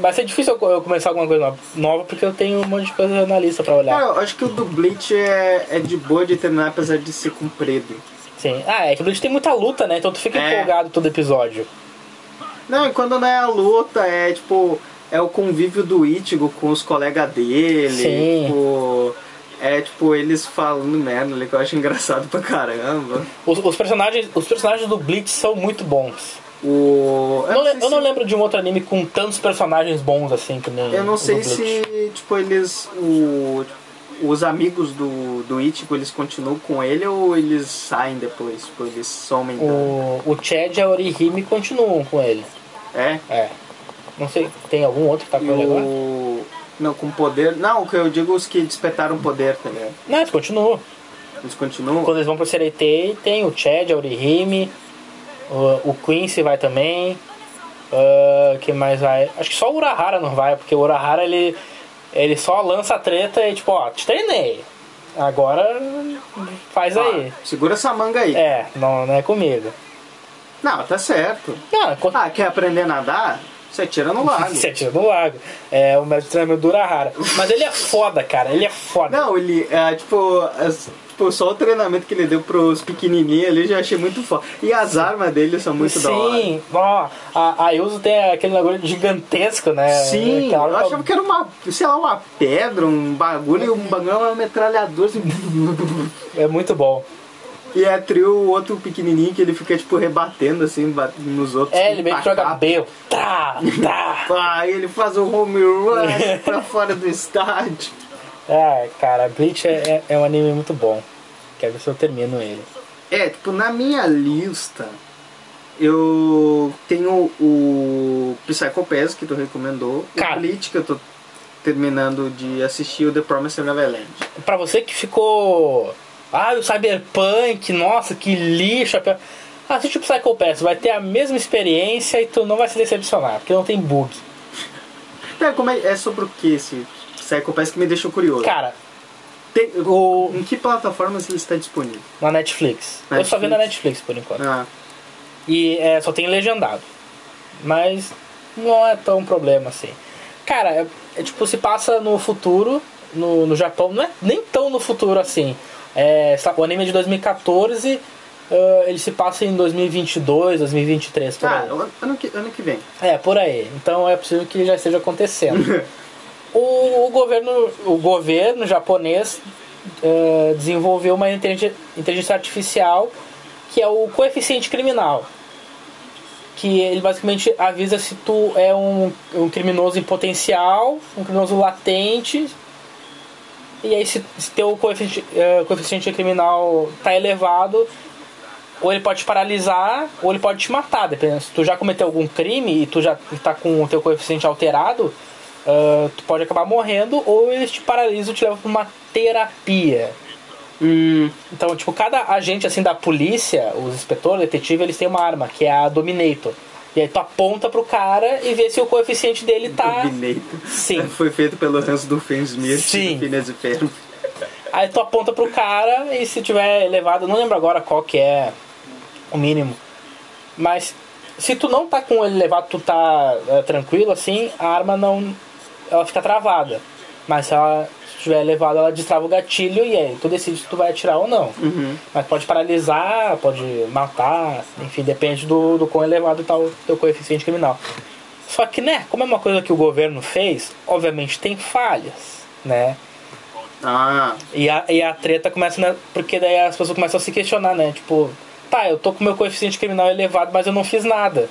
Speaker 2: Vai ser difícil eu eu começar alguma coisa nova, porque eu tenho um monte de coisa na lista pra olhar.
Speaker 1: Cara, eu acho que o do Bleach é, é de boa de terminar, apesar de ser comprido.
Speaker 2: Sim. Ah, é que o Bleach tem muita luta, né? Então tu fica
Speaker 1: É.
Speaker 2: empolgado todo episódio.
Speaker 1: Não, e quando não é a luta, é tipo. É o convívio do Ichigo com os colegas dele.
Speaker 2: Sim.
Speaker 1: Tipo, é tipo eles falando merda, ali, que eu acho engraçado pra caramba.
Speaker 2: Os, os personagens, os personagens do Bleach são muito bons.
Speaker 1: O.
Speaker 2: Eu não,
Speaker 1: sei
Speaker 2: le- eu
Speaker 1: se-
Speaker 2: não lembro de um outro anime com tantos personagens bons assim que nem.
Speaker 1: Eu
Speaker 2: o
Speaker 1: não
Speaker 2: do
Speaker 1: sei
Speaker 2: Bleach.
Speaker 1: se, tipo, eles. O, os amigos do, do Ichigo, eles continuam com ele ou eles saem depois? Tipo, eles somem. da-
Speaker 2: O, o Chad e a Orihime continuam com ele.
Speaker 1: É?
Speaker 2: É. Não sei, tem algum outro que é? tá com
Speaker 1: E
Speaker 2: ele agora?
Speaker 1: o. Não, com poder. Não, o que eu digo é os que despertaram poder, tá ligado?
Speaker 2: Não, eles continuam.
Speaker 1: Eles continuam.
Speaker 2: Quando eles vão pro CRT, tem o Chad, a Orihime, o, o Quincy vai também. Ah, quem mais vai? Acho que só o Urahara não vai, porque o Urahara ele, ele só lança a treta e tipo, ó, te treinei. Agora faz aí.
Speaker 1: Ah, segura essa manga aí.
Speaker 2: É, não, não é comigo.
Speaker 1: Não, tá certo.
Speaker 2: Não, quando
Speaker 1: Ah, quer aprender a nadar? Você tira no lago.
Speaker 2: (laughs) você atira no lago. É o mestre de treinamento do Urahara. Mas ele é foda, cara, ele é foda.
Speaker 1: Não, ele. É, tipo. as- tipo, só o treinamento que ele deu pros pequenininhos ali eu já achei muito foda. E as armas dele são muito da hora.
Speaker 2: Sim, ó, a, a Yuzu tem aquele negócio gigantesco, né?
Speaker 1: Sim,
Speaker 2: Aquela-
Speaker 1: eu achava que era uma, sei lá, uma pedra, um bagulho, um bagulho, uma metralhadora. assim.
Speaker 2: É muito bom.
Speaker 1: E é trio o outro pequenininho que ele fica, tipo, rebatendo, assim, ba- nos outros.
Speaker 2: É,
Speaker 1: com
Speaker 2: ele meio que
Speaker 1: tacar.
Speaker 2: joga B. Tá, tá.
Speaker 1: Pá, ele faz um home run pra fora do estádio.
Speaker 2: (laughs) É, cara, Bleach é, é, é um anime muito bom. Quero ver se eu termino ele.
Speaker 1: É, tipo, na minha lista, eu tenho o Psycho Pass, que tu recomendou.
Speaker 2: Cara.
Speaker 1: O Bleach, que eu tô terminando de assistir, o The Promised Neverland.
Speaker 2: Pra você que ficou. Ah, o Cyberpunk, nossa, que lixo. Assiste o Psycho Pass, vai ter a mesma experiência e tu não vai se decepcionar, porque não tem bug.
Speaker 1: Tá, como é, é sobre o que esse Psycho Pass que me deixou curioso?
Speaker 2: Cara,
Speaker 1: Tem-
Speaker 2: o.
Speaker 1: Em que plataformas ele está disponível?
Speaker 2: Na Netflix. Eu só vi na Netflix por enquanto.
Speaker 1: Ah,
Speaker 2: E é, só tem legendado. Mas não é tão problema assim. Cara, é, é tipo, se passa no futuro, no, no Japão, não é nem tão no futuro assim. É, sa- o anime é de 2014, ah, ele se passa em 2022, 2023, por
Speaker 1: tá,
Speaker 2: aí.
Speaker 1: ano, ano que, ano que vem.
Speaker 2: É, por aí. Então é possível que já esteja acontecendo. o, o governo, o governo japonês eh, desenvolveu uma inteligência inteligência artificial que é o coeficiente criminal. Que ele basicamente avisa se tu é um, um criminoso em potencial, um criminoso latente. E aí se, se teu coeficiente, eh, coeficiente criminal tá elevado, ou ele pode te paralisar, ou ele pode te matar, dependendo. Se tu já cometeu algum crime e tu já tá com o teu coeficiente alterado, ah, tu pode acabar morrendo, ou eles te paralisam e te levam pra uma terapia.
Speaker 1: Hum,
Speaker 2: Então, tipo, cada agente assim da polícia, os inspetores, detetive, eles têm uma arma, que é a Dominator. E aí tu aponta pro cara e vê se o coeficiente dele tá.
Speaker 1: Terminator.
Speaker 2: Sim.
Speaker 1: (laughs) Foi feito pelo Hans do Finn Smith,
Speaker 2: Sim.
Speaker 1: do Phineas e Ferb.
Speaker 2: Aí tu aponta pro cara e se tiver elevado, eu não lembro agora qual que é o mínimo. Mas se tu não tá com ele elevado, tu tá é, tranquilo assim, a arma não. Ela fica travada. Mas se ela estiver elevada, ela destrava o gatilho e aí tu decide se tu vai atirar ou não. Mas pode paralisar, pode matar, enfim, depende do, do quão elevado tá o teu coeficiente criminal. Só que, né, como é uma coisa que o governo fez, obviamente tem falhas, né?
Speaker 1: Ah,
Speaker 2: E a, e a treta começa, né? Porque daí as pessoas começam a se questionar, né? Tipo, tá, eu tô com meu coeficiente criminal elevado, mas eu não fiz nada.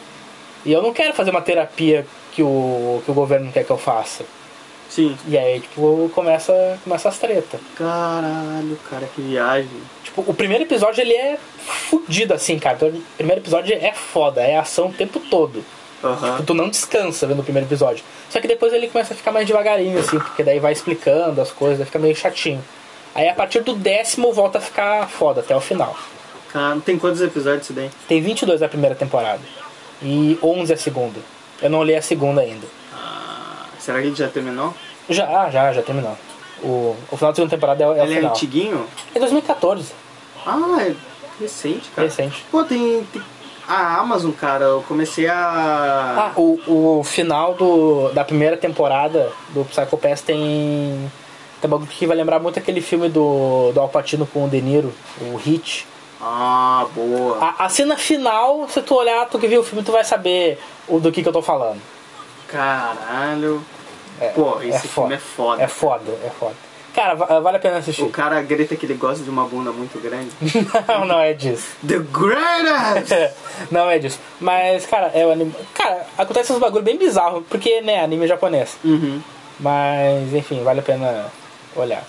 Speaker 2: E eu não quero fazer uma terapia que o, que o governo quer que eu faça.
Speaker 1: sim.
Speaker 2: E aí, tipo, começa, começa as tretas.
Speaker 1: Caralho, cara, que viagem.
Speaker 2: Tipo, o primeiro episódio ele é fudido assim, cara. Então, O primeiro episódio é foda, é ação o tempo todo.
Speaker 1: Aham.
Speaker 2: Tu não descansa vendo o primeiro episódio. Só que depois ele começa a ficar mais devagarinho, assim, porque daí vai explicando as coisas, daí fica meio chatinho. Aí a partir do décimo volta a ficar foda até o final.
Speaker 1: Cara, tem quantos episódios isso daí?
Speaker 2: Tem 22 da primeira temporada e 11 a segunda. Eu não olhei a segunda ainda.
Speaker 1: Será que ele já terminou?
Speaker 2: Já, ah, já, já terminou. O, o final da segunda temporada é, o- é o
Speaker 1: ele é
Speaker 2: final.
Speaker 1: antiguinho?
Speaker 2: É 2014,
Speaker 1: Ah, é recente, cara.
Speaker 2: recente.
Speaker 1: Pô, tem, tem A Amazon, cara, eu comecei a.
Speaker 2: Ah, o, o final do, da primeira temporada do Psycho Pass tem. Tem um bagulho que vai lembrar muito aquele filme do, do Al Pacino com o De Niro, o Hit.
Speaker 1: Ah, boa.
Speaker 2: A, a cena final, se tu olhar, tu que viu o filme, tu vai saber o, do que, que eu tô falando.
Speaker 1: Caralho. Pô, esse filme é foda.
Speaker 2: É foda, é foda. Cara, va- vale a pena
Speaker 1: O
Speaker 2: assistir.
Speaker 1: cara grita que ele gosta de uma bunda muito grande.
Speaker 2: (laughs) não, não é disso.
Speaker 1: The
Speaker 2: (laughs)
Speaker 1: Greatest!
Speaker 2: não é disso. Mas, cara, é o anime. Cara, acontece uns bagulho bem bizarro, porque, né, anime japonês.
Speaker 1: Uhum.
Speaker 2: Mas, enfim, vale a pena olhar.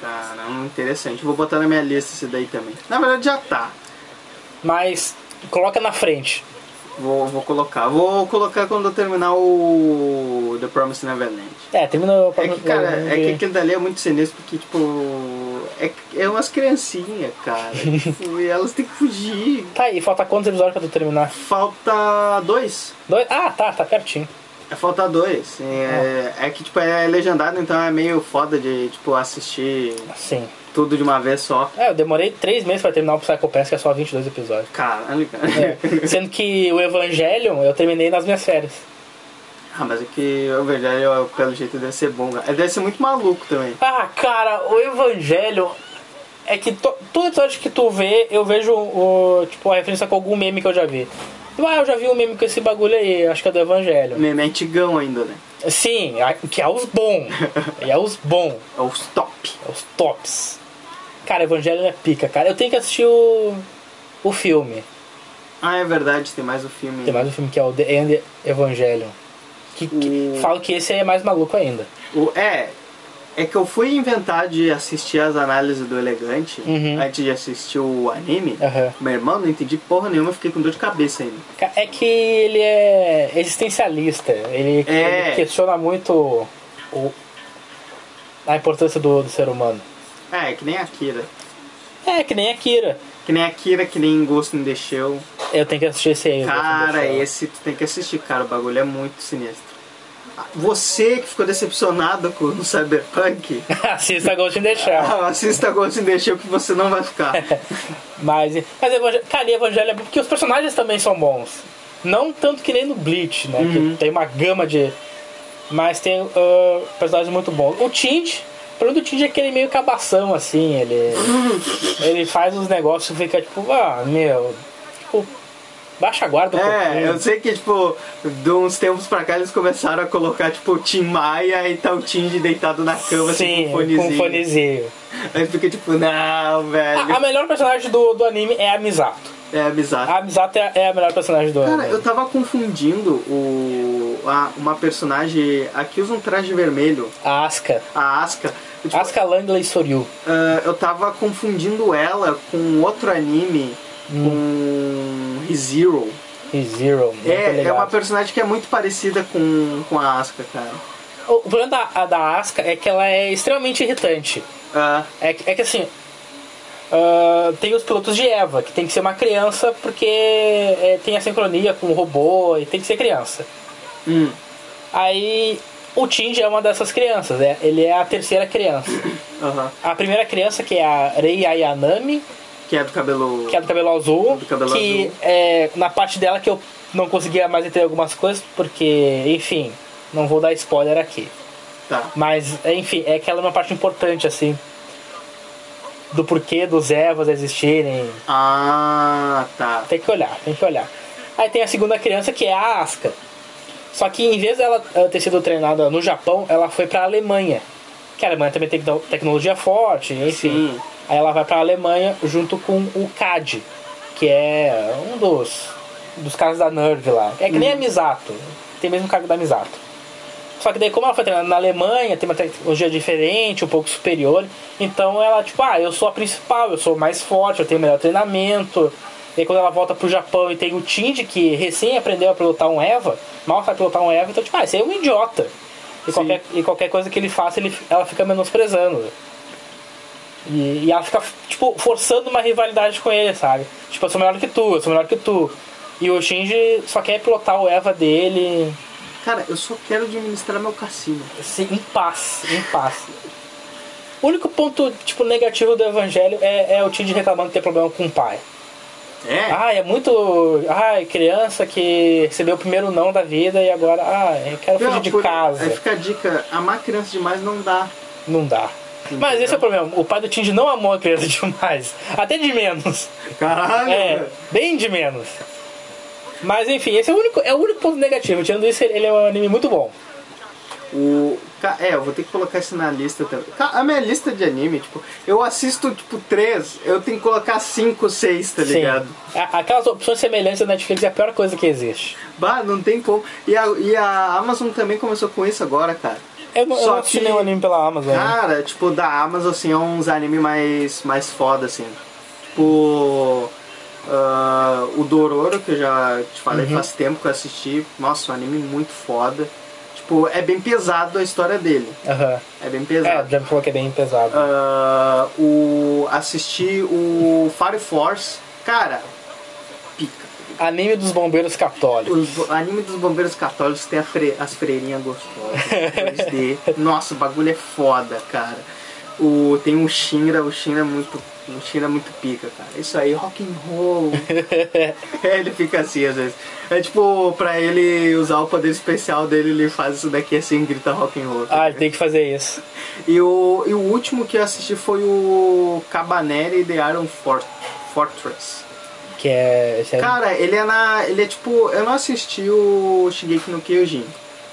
Speaker 1: Caramba, interessante. Vou botar na minha lista esse daí também. Na verdade já tá.
Speaker 2: Mas, coloca na frente.
Speaker 1: Vou, vou colocar. Vou colocar quando eu terminar o The Promised Neverland.
Speaker 2: É, termina o
Speaker 1: É que, cara, é que
Speaker 2: o-
Speaker 1: aquilo dali é muito sinistro porque, tipo. É, que- é umas criancinhas,
Speaker 2: (laughs)
Speaker 1: cara. Tipo, e elas têm que fugir.
Speaker 2: Tá aí, falta quantos episódios pra tu terminar?
Speaker 1: Falta dois.
Speaker 2: Dois? Ah, tá, tá pertinho.
Speaker 1: É falta dois. É,
Speaker 2: Ah.
Speaker 1: é que, tipo, é legendado, então é meio foda de, tipo, assistir
Speaker 2: Tá Sim.
Speaker 1: tudo de uma vez só.
Speaker 2: É, eu demorei três meses pra terminar o Psycho Pass, que é só 22 episódios.
Speaker 1: Caralho, cara. (laughs)
Speaker 2: É, Sendo que o Evangelion eu terminei nas minhas férias.
Speaker 1: Ah, mas é que o Evangelho, pelo jeito, deve ser bom, cara. Deve ser muito maluco também.
Speaker 2: Ah, cara, o Evangelho é que to, todo episódio que tu vê, eu vejo o, tipo, a referência com algum meme que eu já vi. Eu, Ah, eu já vi um meme com esse bagulho aí, acho que é do Evangelho.
Speaker 1: Meme antigão ainda, né?
Speaker 2: Sim, a- que é os bons. é os bons,
Speaker 1: É os top.
Speaker 2: é os tops. Cara, Evangelho é pica, cara. Eu tenho que assistir o, o filme.
Speaker 1: Ah, é verdade, tem mais o filme.
Speaker 2: Tem mais um filme que é o The End Evangelion. Que, que
Speaker 1: O-
Speaker 2: falo que esse aí é mais maluco ainda.
Speaker 1: O- é, é que eu fui inventar de assistir as análises do Elegante
Speaker 2: Uhum.
Speaker 1: antes de assistir o anime.
Speaker 2: Aham.
Speaker 1: Meu irmão, não entendi porra nenhuma, fiquei com dor de cabeça ainda.
Speaker 2: Ca- É que ele é existencialista. Ele,
Speaker 1: É.
Speaker 2: ele questiona muito o- a importância do, do ser humano.
Speaker 1: É, que nem Akira.
Speaker 2: É, que nem Akira.
Speaker 1: Que nem Akira, que nem Ghost in the Shell.
Speaker 2: Eu tenho que assistir esse aí. eu gosto
Speaker 1: Cara,
Speaker 2: desse.
Speaker 1: esse tu tem que assistir, cara. O bagulho é muito sinistro. Ah, Você que ficou decepcionado com o
Speaker 2: (laughs)
Speaker 1: Cyberpunk,
Speaker 2: Assista Ghost in
Speaker 1: (laughs)
Speaker 2: the Shell.
Speaker 1: assista Ghost in the Shell que você não vai
Speaker 2: (laughs)
Speaker 1: ficar.
Speaker 2: Mas, mas Evangel- cara, e Evangelho é bom porque os personagens também são bons. Não tanto que nem no Bleach, né?
Speaker 1: Uhum.
Speaker 2: Que tem uma gama de... Mas tem ah, personagens muito bons. O Tinge... O problema do Tinge é que ele é meio cabação, assim.
Speaker 1: (laughs)
Speaker 2: Ele... ele faz os negócios e fica tipo... Ah, meu... Tipo... Baixa a guarda um
Speaker 1: É,
Speaker 2: (laughs) pouquinho.
Speaker 1: eu sei que, tipo, de uns tempos pra cá eles começaram a colocar, tipo, o Tim Maia e tal Tim de deitado na cama, assim, com um
Speaker 2: Sim, com
Speaker 1: fonezinho.
Speaker 2: um fonezinho.
Speaker 1: Aí fica tipo, não, velho.
Speaker 2: A, a melhor personagem do, do anime é a Misato.
Speaker 1: É bizarro.
Speaker 2: A Misato é, a- é a melhor personagem do
Speaker 1: Cara,
Speaker 2: anime.
Speaker 1: eu tava confundindo o. a- uma personagem. A que usa um traje vermelho,
Speaker 2: A Asuka.
Speaker 1: a Asuka. Eu, tipo,
Speaker 2: Asuka Langley Soryu.
Speaker 1: ah, eu tava confundindo ela com um outro anime, com ReZero.
Speaker 2: E Zero. Hum. não tô
Speaker 1: É, é
Speaker 2: ligado.
Speaker 1: uma personagem que é muito parecida com, com a Asuka, cara.
Speaker 2: O o problema da, a da Asuka é que ela é extremamente irritante.
Speaker 1: Ah,
Speaker 2: É, que- é que assim. ah, tem os pilotos de Eva, que tem que ser uma criança porque é, tem a sincronia com o robô e tem que ser criança.
Speaker 1: hum.
Speaker 2: Aí o Tinge é uma dessas crianças, né? ele é a terceira criança.
Speaker 1: Aham.
Speaker 2: A primeira criança, que é a Rei Ayanami,
Speaker 1: Que é do cabelo.
Speaker 2: que é do cabelo azul,
Speaker 1: Do cabelo
Speaker 2: que
Speaker 1: azul.
Speaker 2: é na parte dela que eu não conseguia mais entender algumas coisas, porque, enfim, não vou dar spoiler aqui.
Speaker 1: Tá.
Speaker 2: Mas, enfim, é que ela é uma parte importante, assim. Do porquê dos Evas existirem.
Speaker 1: Ah, tá.
Speaker 2: Tem que olhar, tem que olhar. Aí tem a segunda criança, que é a Asuka. Só que em vez dela eh, ter sido treinada no Japão, ela foi pra Alemanha. Que a Alemanha também tem tec- tecnologia forte, enfim.
Speaker 1: Sim.
Speaker 2: Aí ela vai pra Alemanha junto com o CAD, que é um dos, dos caras da NERV lá. É que nem a Misato, tem mesmo cargo da Misato. Só que daí, como ela foi treinada na Alemanha, tem uma tecnologia diferente, um pouco superior, então ela, tipo, ah, eu sou a principal, eu sou mais forte, eu tenho melhor treinamento. E aí, quando ela volta pro Japão e tem o Tindy, que recém aprendeu a pilotar um Eva, mal sabe pilotar um Eva, então, tipo, ah, esse aí é um idiota. E
Speaker 1: Sim.
Speaker 2: qualquer, e qualquer coisa que ele faça, ele, ela fica menosprezando. E, e ela fica, tipo, forçando uma rivalidade com ele, sabe? Tipo, eu sou melhor que tu, eu sou melhor que tu. E o Shinji só quer pilotar o Eva dele
Speaker 1: Cara, eu só quero administrar meu cassino.
Speaker 2: Sim, em paz, em paz. O único ponto, tipo, negativo do evangelho é, é o Tid reclamando de ter problema com o pai.
Speaker 1: É?
Speaker 2: Ah, é muito. Ai, criança que recebeu o primeiro não da vida e agora. Ah, eu quero fugir de
Speaker 1: por- é
Speaker 2: casa.
Speaker 1: Aí fica a dica, amar criança demais não dá.
Speaker 2: Não dá. Mas esse é o problema. O pai do Tindy não amou a criança (laughs) demais. Até de menos.
Speaker 1: Caralho!
Speaker 2: É,
Speaker 1: velho.
Speaker 2: bem de menos. Mas enfim, esse é o único, é o único ponto negativo. Tirando isso, ele é um anime muito bom.
Speaker 1: O, ca- é, eu vou ter que colocar isso na lista também. Ca- A minha lista de anime, tipo, eu assisto, tipo, três, eu tenho que colocar cinco, seis, tá ligado?
Speaker 2: Sim. A- Aquelas opções semelhantes da Netflix é a pior coisa que existe.
Speaker 1: Bah, não tem como. E a, e a Amazon também começou com isso agora, cara.
Speaker 2: Eu, não- eu
Speaker 1: Só
Speaker 2: não assisti
Speaker 1: que-
Speaker 2: nenhum anime pela Amazon. né?
Speaker 1: Cara, tipo, da Amazon, assim, é uns anime mais, mais foda, assim. Tipo, ah, o Dororo, que eu já te falei faz tempo que eu assisti. Nossa, um anime muito foda. Tipo, é bem pesado a história dele.
Speaker 2: Aham.
Speaker 1: É bem
Speaker 2: É,
Speaker 1: pesado.
Speaker 2: já me falou que é bem pesado.
Speaker 1: Ah, o, assisti o Fire Force. Cara, pica.
Speaker 2: Anime dos bombeiros católicos.
Speaker 1: Os bo- anime dos bombeiros católicos tem a fre- as freirinhas
Speaker 2: (laughs)
Speaker 1: gostosas. 2D. Nossa, o bagulho é foda, cara. O, tem o Shinra, o Shinra é muito. O Shinra é muito pica, cara. Isso aí, rock and
Speaker 2: (laughs)
Speaker 1: roll. É, ele fica assim às vezes. É tipo, pra ele usar o poder especial dele, ele faz isso daqui assim, grita rock and roll.
Speaker 2: Ah, ele tem que fazer isso.
Speaker 1: E o, e o último que eu assisti foi o Cabaneri The Iron Fort, Fortress.
Speaker 2: Que é. esse é-
Speaker 1: Cara, ele é na. Ele é tipo. Eu não assisti o Shigeki no Kyojin.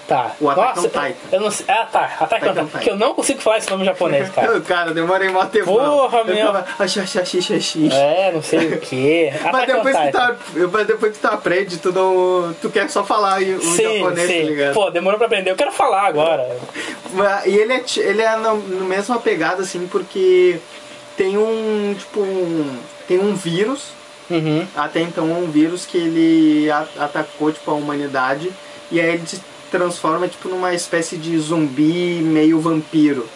Speaker 2: tá.
Speaker 1: o Attack on
Speaker 2: Nossa,
Speaker 1: Titan.
Speaker 2: Eu não sei. Ah, tá. Attack on
Speaker 1: Attack on
Speaker 2: Titan.
Speaker 1: Titan.
Speaker 2: Que eu não consigo falar esse nome
Speaker 1: (laughs)
Speaker 2: japonês, cara.
Speaker 1: Eu, cara, demorei mó tempo.
Speaker 2: Tá. Porra, meu.
Speaker 1: Eu ficava, "Oxi, oxi, oxi, oxi, oxi."
Speaker 2: É, não sei o que.
Speaker 1: Mas
Speaker 2: Attack on
Speaker 1: depois, que tá tu,
Speaker 2: Titan.
Speaker 1: mas depois que tu aprende, tu, não, tu quer só falar o
Speaker 2: Sim,
Speaker 1: japonês,
Speaker 2: sim.
Speaker 1: tá ligado?
Speaker 2: Pô, demorou pra aprender. Eu quero falar agora.
Speaker 1: Mas- E ele é, ti- ele é na na mesma pegada, assim, porque tem um, tipo, um, tem um vírus
Speaker 2: Uhum.
Speaker 1: até então é um vírus que ele a- atacou tipo a humanidade e aí ele se transforma tipo numa espécie de zumbi meio vampiro,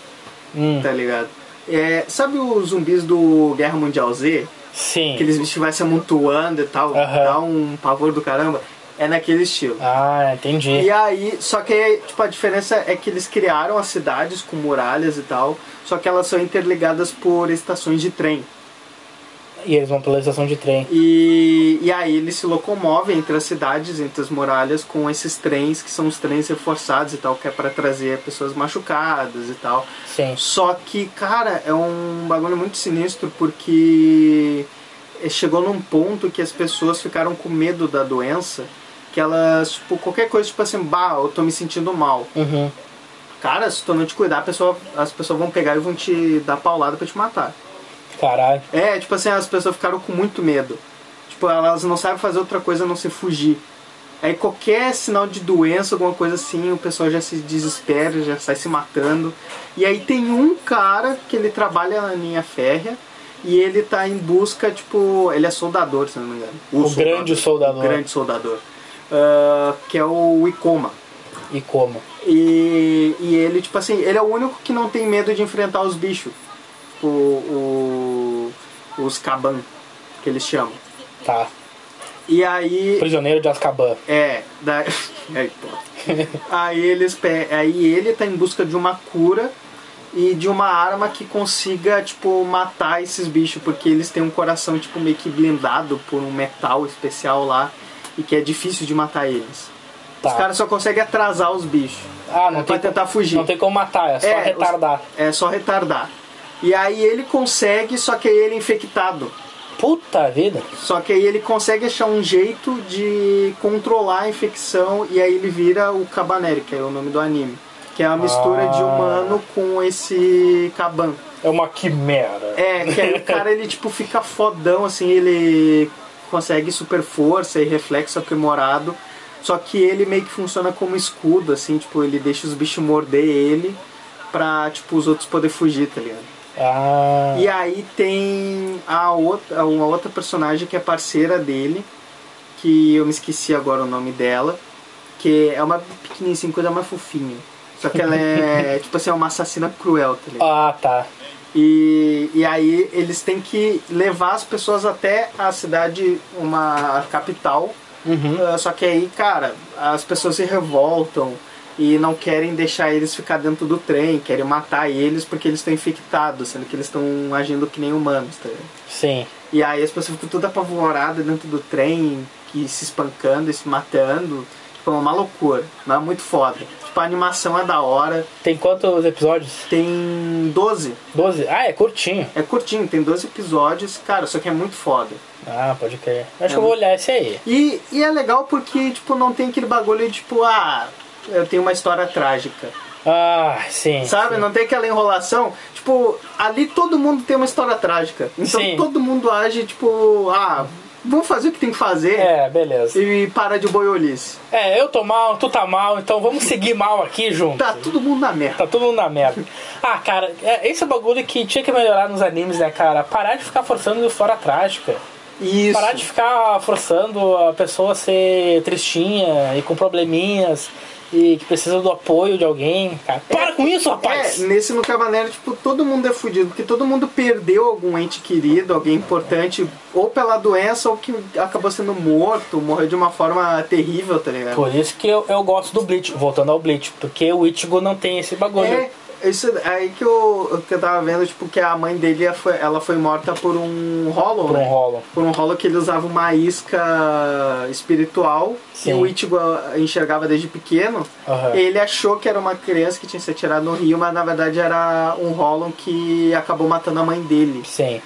Speaker 2: Hum.
Speaker 1: tá ligado? É, sabe os zumbis do Guerra Mundial Z?
Speaker 2: Sim.
Speaker 1: Aqueles bichos que vai se amontoando e tal,
Speaker 2: Aham.
Speaker 1: dá um pavor do caramba. É naquele estilo.
Speaker 2: Ah, entendi.
Speaker 1: E aí, só que tipo, a diferença é que eles criaram as cidades com muralhas e tal, só que elas são interligadas por estações de trem.
Speaker 2: E eles vão pela estação de trem.
Speaker 1: E, e aí eles se locomovem entre as cidades, entre as muralhas, com esses trens, que são os trens reforçados e tal, que é pra trazer pessoas machucadas e tal.
Speaker 2: Sim.
Speaker 1: Só que, cara, é um bagulho muito sinistro, porque eh, chegou num ponto que as pessoas ficaram com medo da doença, que elas, tipo, qualquer coisa, tipo assim, bah, eu tô me sentindo mal.
Speaker 2: Uhum.
Speaker 1: Cara, se tu não te cuidar, a pessoa, as pessoas vão pegar e vão te dar paulada pra te matar.
Speaker 2: Caralho.
Speaker 1: É, tipo assim, as pessoas ficaram com muito medo. Tipo, elas não sabem fazer outra coisa a não ser fugir. Aí qualquer sinal de doença, alguma coisa assim, o pessoal já se desespera, já sai se matando. E aí tem um cara que ele trabalha na linha férrea e ele tá em busca, tipo, ele é soldador, se não me engano.
Speaker 2: O grande soldador.
Speaker 1: O grande soldador. Ah, que é o Icoma.
Speaker 2: E como?
Speaker 1: E, e ele, tipo assim, ele é o único que não tem medo de enfrentar os bichos. Tipo, o, os caban, que eles chamam.
Speaker 2: Tá.
Speaker 1: E aí.
Speaker 2: Prisioneiro de Azkaban.
Speaker 1: É, da... (laughs) Aí, pô. aí eles pe- aí ele tá em busca de uma cura e de uma arma que consiga, tipo, matar esses bichos, porque eles têm um coração, tipo, meio que blindado por um metal especial lá e que é difícil de matar eles. Os
Speaker 2: Tá.
Speaker 1: caras só conseguem atrasar os bichos.
Speaker 2: Ah, não
Speaker 1: pra
Speaker 2: tem,
Speaker 1: tentar fugir.
Speaker 2: não tem como matar, é só
Speaker 1: os-
Speaker 2: retardar.
Speaker 1: é só retardar. E aí ele consegue, só que aí ele é infectado.
Speaker 2: Puta vida.
Speaker 1: Só que aí ele consegue achar um jeito de controlar a infecção e aí ele vira o Cabaneri, que é o nome do anime. Que é uma mistura
Speaker 2: Ah.
Speaker 1: de humano com esse Caban.
Speaker 2: É uma quimera.
Speaker 1: É, que aí o cara ele tipo fica fodão, assim, ele consegue super força e reflexo aprimorado. Só que ele meio que funciona como escudo, assim, tipo, ele deixa os bichos morder ele pra, tipo, os outros poder fugir, tá ligado?
Speaker 2: Ah.
Speaker 1: E aí tem a outra, uma outra personagem que é parceira dele, que eu me esqueci agora o nome dela, que é uma pequenininha, assim, coisa mais fofinha. Só que ela é, tipo assim, é uma assassina cruel, tá ligado?
Speaker 2: Ah, tá.
Speaker 1: E, e aí eles têm que levar as pessoas até a cidade, uma a capital.
Speaker 2: Uhum.
Speaker 1: Ah, só que aí, cara, as pessoas se revoltam e não querem deixar eles ficar dentro do trem, querem matar eles porque eles estão infectados, sendo que eles estão agindo que nem humanos. Tá? ligado?
Speaker 2: Sim.
Speaker 1: E aí as pessoas ficam toda apavorada dentro do trem, e se espancando, e se matando. Tipo, é uma loucura, mas é muito foda. Tipo, a animação é da hora.
Speaker 2: Tem quantos episódios?
Speaker 1: Tem 12.
Speaker 2: 12? Ah, é curtinho.
Speaker 1: É curtinho, tem 12 episódios, cara, só que é muito foda.
Speaker 2: Ah, pode crer. Acho que eu vou
Speaker 1: É.
Speaker 2: olhar esse aí.
Speaker 1: E, e é legal porque, tipo, não tem aquele bagulho de, tipo, ah, eu tenho uma história trágica.
Speaker 2: Ah, sim.
Speaker 1: Sabe? né?
Speaker 2: sim.
Speaker 1: Não tem aquela enrolação. Tipo, ali todo mundo tem uma história trágica. Então
Speaker 2: Sim.
Speaker 1: todo mundo age, tipo, ah, vamos fazer o que tem que fazer
Speaker 2: É, beleza.
Speaker 1: e para de boiolice.
Speaker 2: É, eu tô mal, tu tá mal, então vamos seguir mal aqui junto.
Speaker 1: Tá todo mundo na merda.
Speaker 2: Tá todo mundo na merda. Ah, cara, é, esse é o bagulho que tinha que melhorar nos animes, né, cara? Parar de ficar forçando fora trágica.
Speaker 1: Isso.
Speaker 2: Parar de ficar forçando a pessoa a ser tristinha e com probleminhas e que precisa do apoio de alguém, cara. Para com isso, rapaz!
Speaker 1: É, nesse no Cavaneiro, tipo, todo mundo é fudido, porque todo mundo perdeu algum ente querido, alguém importante, ou pela doença, ou que acabou sendo morto, morreu de uma forma terrível, tá ligado?
Speaker 2: Por isso que eu, eu gosto do Bleach, voltando ao Bleach, porque o Ichigo não tem esse bagulho.
Speaker 1: É, isso aí que eu, que eu tava vendo, tipo, que a mãe dele ela foi, ela foi morta por um rolo,
Speaker 2: Por um
Speaker 1: né?
Speaker 2: rolo.
Speaker 1: Por um rolo que ele usava uma isca espiritual, que
Speaker 2: Sim.
Speaker 1: o Ichigo ah, enxergava desde pequeno.
Speaker 2: Aham.
Speaker 1: Ele achou que era uma criança que tinha se atirado no rio, mas na verdade era um rolo que acabou matando a mãe dele.
Speaker 2: Sim.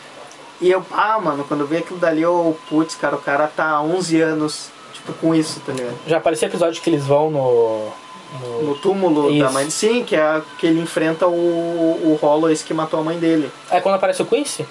Speaker 1: E eu, ah, mano, quando eu vi aquilo dali, eu, putz, cara, o cara tá há 11 anos, tipo, com isso, tá ligado?
Speaker 2: Já apareceu episódio que eles vão no. no-
Speaker 1: No túmulo da
Speaker 2: Isso.
Speaker 1: mãe. Sim, que é que ele enfrenta o, o Hollow, esse que matou a mãe dele.
Speaker 2: É quando aparece o Quincy?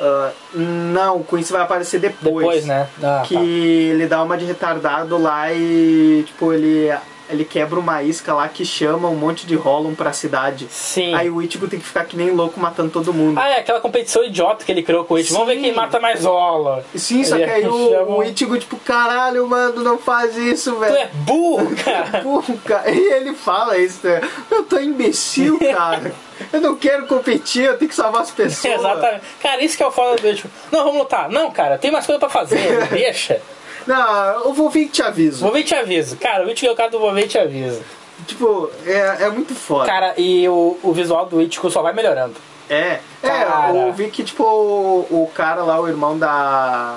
Speaker 1: Ah, não, o Quincy vai aparecer depois.
Speaker 2: Depois, né? Ah,
Speaker 1: Que
Speaker 2: tá.
Speaker 1: ele dá uma de retardado lá e, tipo, ele, ele quebra uma isca lá que chama um monte de Hollow pra cidade.
Speaker 2: Sim.
Speaker 1: Aí o Ichigo tem que ficar que nem louco matando todo mundo.
Speaker 2: Ah, é aquela competição idiota que ele criou com o Ichigo. Vamos ver
Speaker 1: Sim.
Speaker 2: quem mata mais rola.
Speaker 1: Sim, só que
Speaker 2: Ele (laughs)
Speaker 1: aí
Speaker 2: chama
Speaker 1: o,
Speaker 2: um-
Speaker 1: o Ichigo, tipo, caralho, mano, não faz isso,
Speaker 2: Tu
Speaker 1: velho.
Speaker 2: é
Speaker 1: (laughs)
Speaker 2: burro, cara.
Speaker 1: Pô, cara, E ele fala isso, né? Eu tô
Speaker 2: (laughs)
Speaker 1: imbecil, cara. Eu não quero competir, eu tenho que salvar as pessoas.
Speaker 2: Exatamente. Cara, isso que é o foda do Ichigo. Não, vamos lutar. Não, cara, tem mais coisa
Speaker 1: (laughs)
Speaker 2: pra fazer. Deixa.
Speaker 1: Não, eu vou vir que te aviso.
Speaker 2: Vou ver e te aviso. Cara, o Ichigo é o cara do vou ver e te aviso.
Speaker 1: Tipo, é, é muito foda.
Speaker 2: Cara, e o, o visual do Ichigo só vai melhorando.
Speaker 1: É, é,
Speaker 2: Cara.
Speaker 1: eu vi que, tipo, o, o cara lá, o irmão da.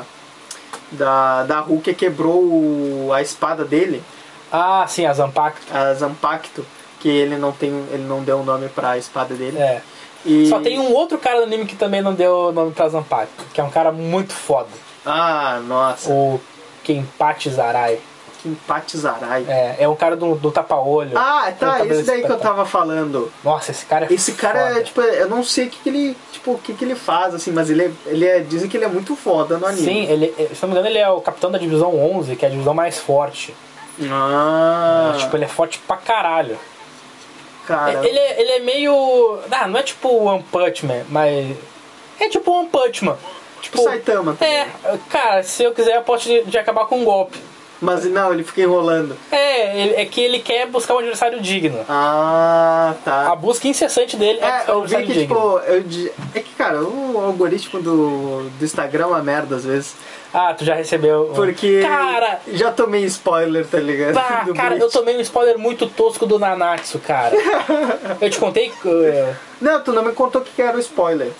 Speaker 1: Da, da Hulk quebrou o- a espada dele,
Speaker 2: Ah, sim, a Zampac.
Speaker 1: a Zampacto, que ele não tem. ele não deu o nome pra espada dele.
Speaker 2: É.
Speaker 1: E-
Speaker 2: Só tem um outro cara no anime que também não deu nome pra Zampac, que é um cara muito foda.
Speaker 1: Ah, nossa,
Speaker 2: O Kenpachi Zarai.
Speaker 1: que empate Zarai.
Speaker 2: É, é o cara do, do tapa-olho.
Speaker 1: Ah,
Speaker 2: Com o
Speaker 1: tá,
Speaker 2: cabelo
Speaker 1: esse daí que eu
Speaker 2: espetado.
Speaker 1: tava falando.
Speaker 2: Nossa, esse cara é
Speaker 1: Esse cara,
Speaker 2: foda.
Speaker 1: é, tipo, eu não sei o que, que ele. Tipo, o que, que ele faz, assim, mas ele é, ele é. Dizem que ele é muito foda no anime.
Speaker 2: Sim, ele, é- se não me engano, ele é o capitão da divisão 11, que é a divisão mais forte.
Speaker 1: Ah,
Speaker 2: Tipo, ele é forte pra caralho.
Speaker 1: cara.
Speaker 2: Ele, é- ele é meio. Ah, não é tipo o One Punch Man, mas. É tipo o One Punch Man. Tipo,
Speaker 1: Saitama também.
Speaker 2: É, cara, se eu quiser, eu posso de, de acabar com um golpe.
Speaker 1: Mas não, ele fica enrolando.
Speaker 2: É, ele- é que ele quer buscar um adversário digno.
Speaker 1: Ah, tá.
Speaker 2: A busca incessante dele é,
Speaker 1: É,
Speaker 2: buscar um
Speaker 1: eu vi
Speaker 2: adversário
Speaker 1: que,
Speaker 2: digno.
Speaker 1: tipo, eu, di- é que, cara, o algoritmo do, do Instagram é uma merda às vezes.
Speaker 2: Ah, tu já recebeu. um-
Speaker 1: Porque. (laughs)
Speaker 2: Cara!
Speaker 1: Já tomei spoiler, tá ligado?
Speaker 2: Bah,
Speaker 1: Do
Speaker 2: cara,
Speaker 1: Bleach.
Speaker 2: eu tomei um spoiler muito tosco do Nanatsu,
Speaker 1: (laughs)
Speaker 2: cara. eu te contei. eh,
Speaker 1: Não, tu não me contou o que era o spoiler.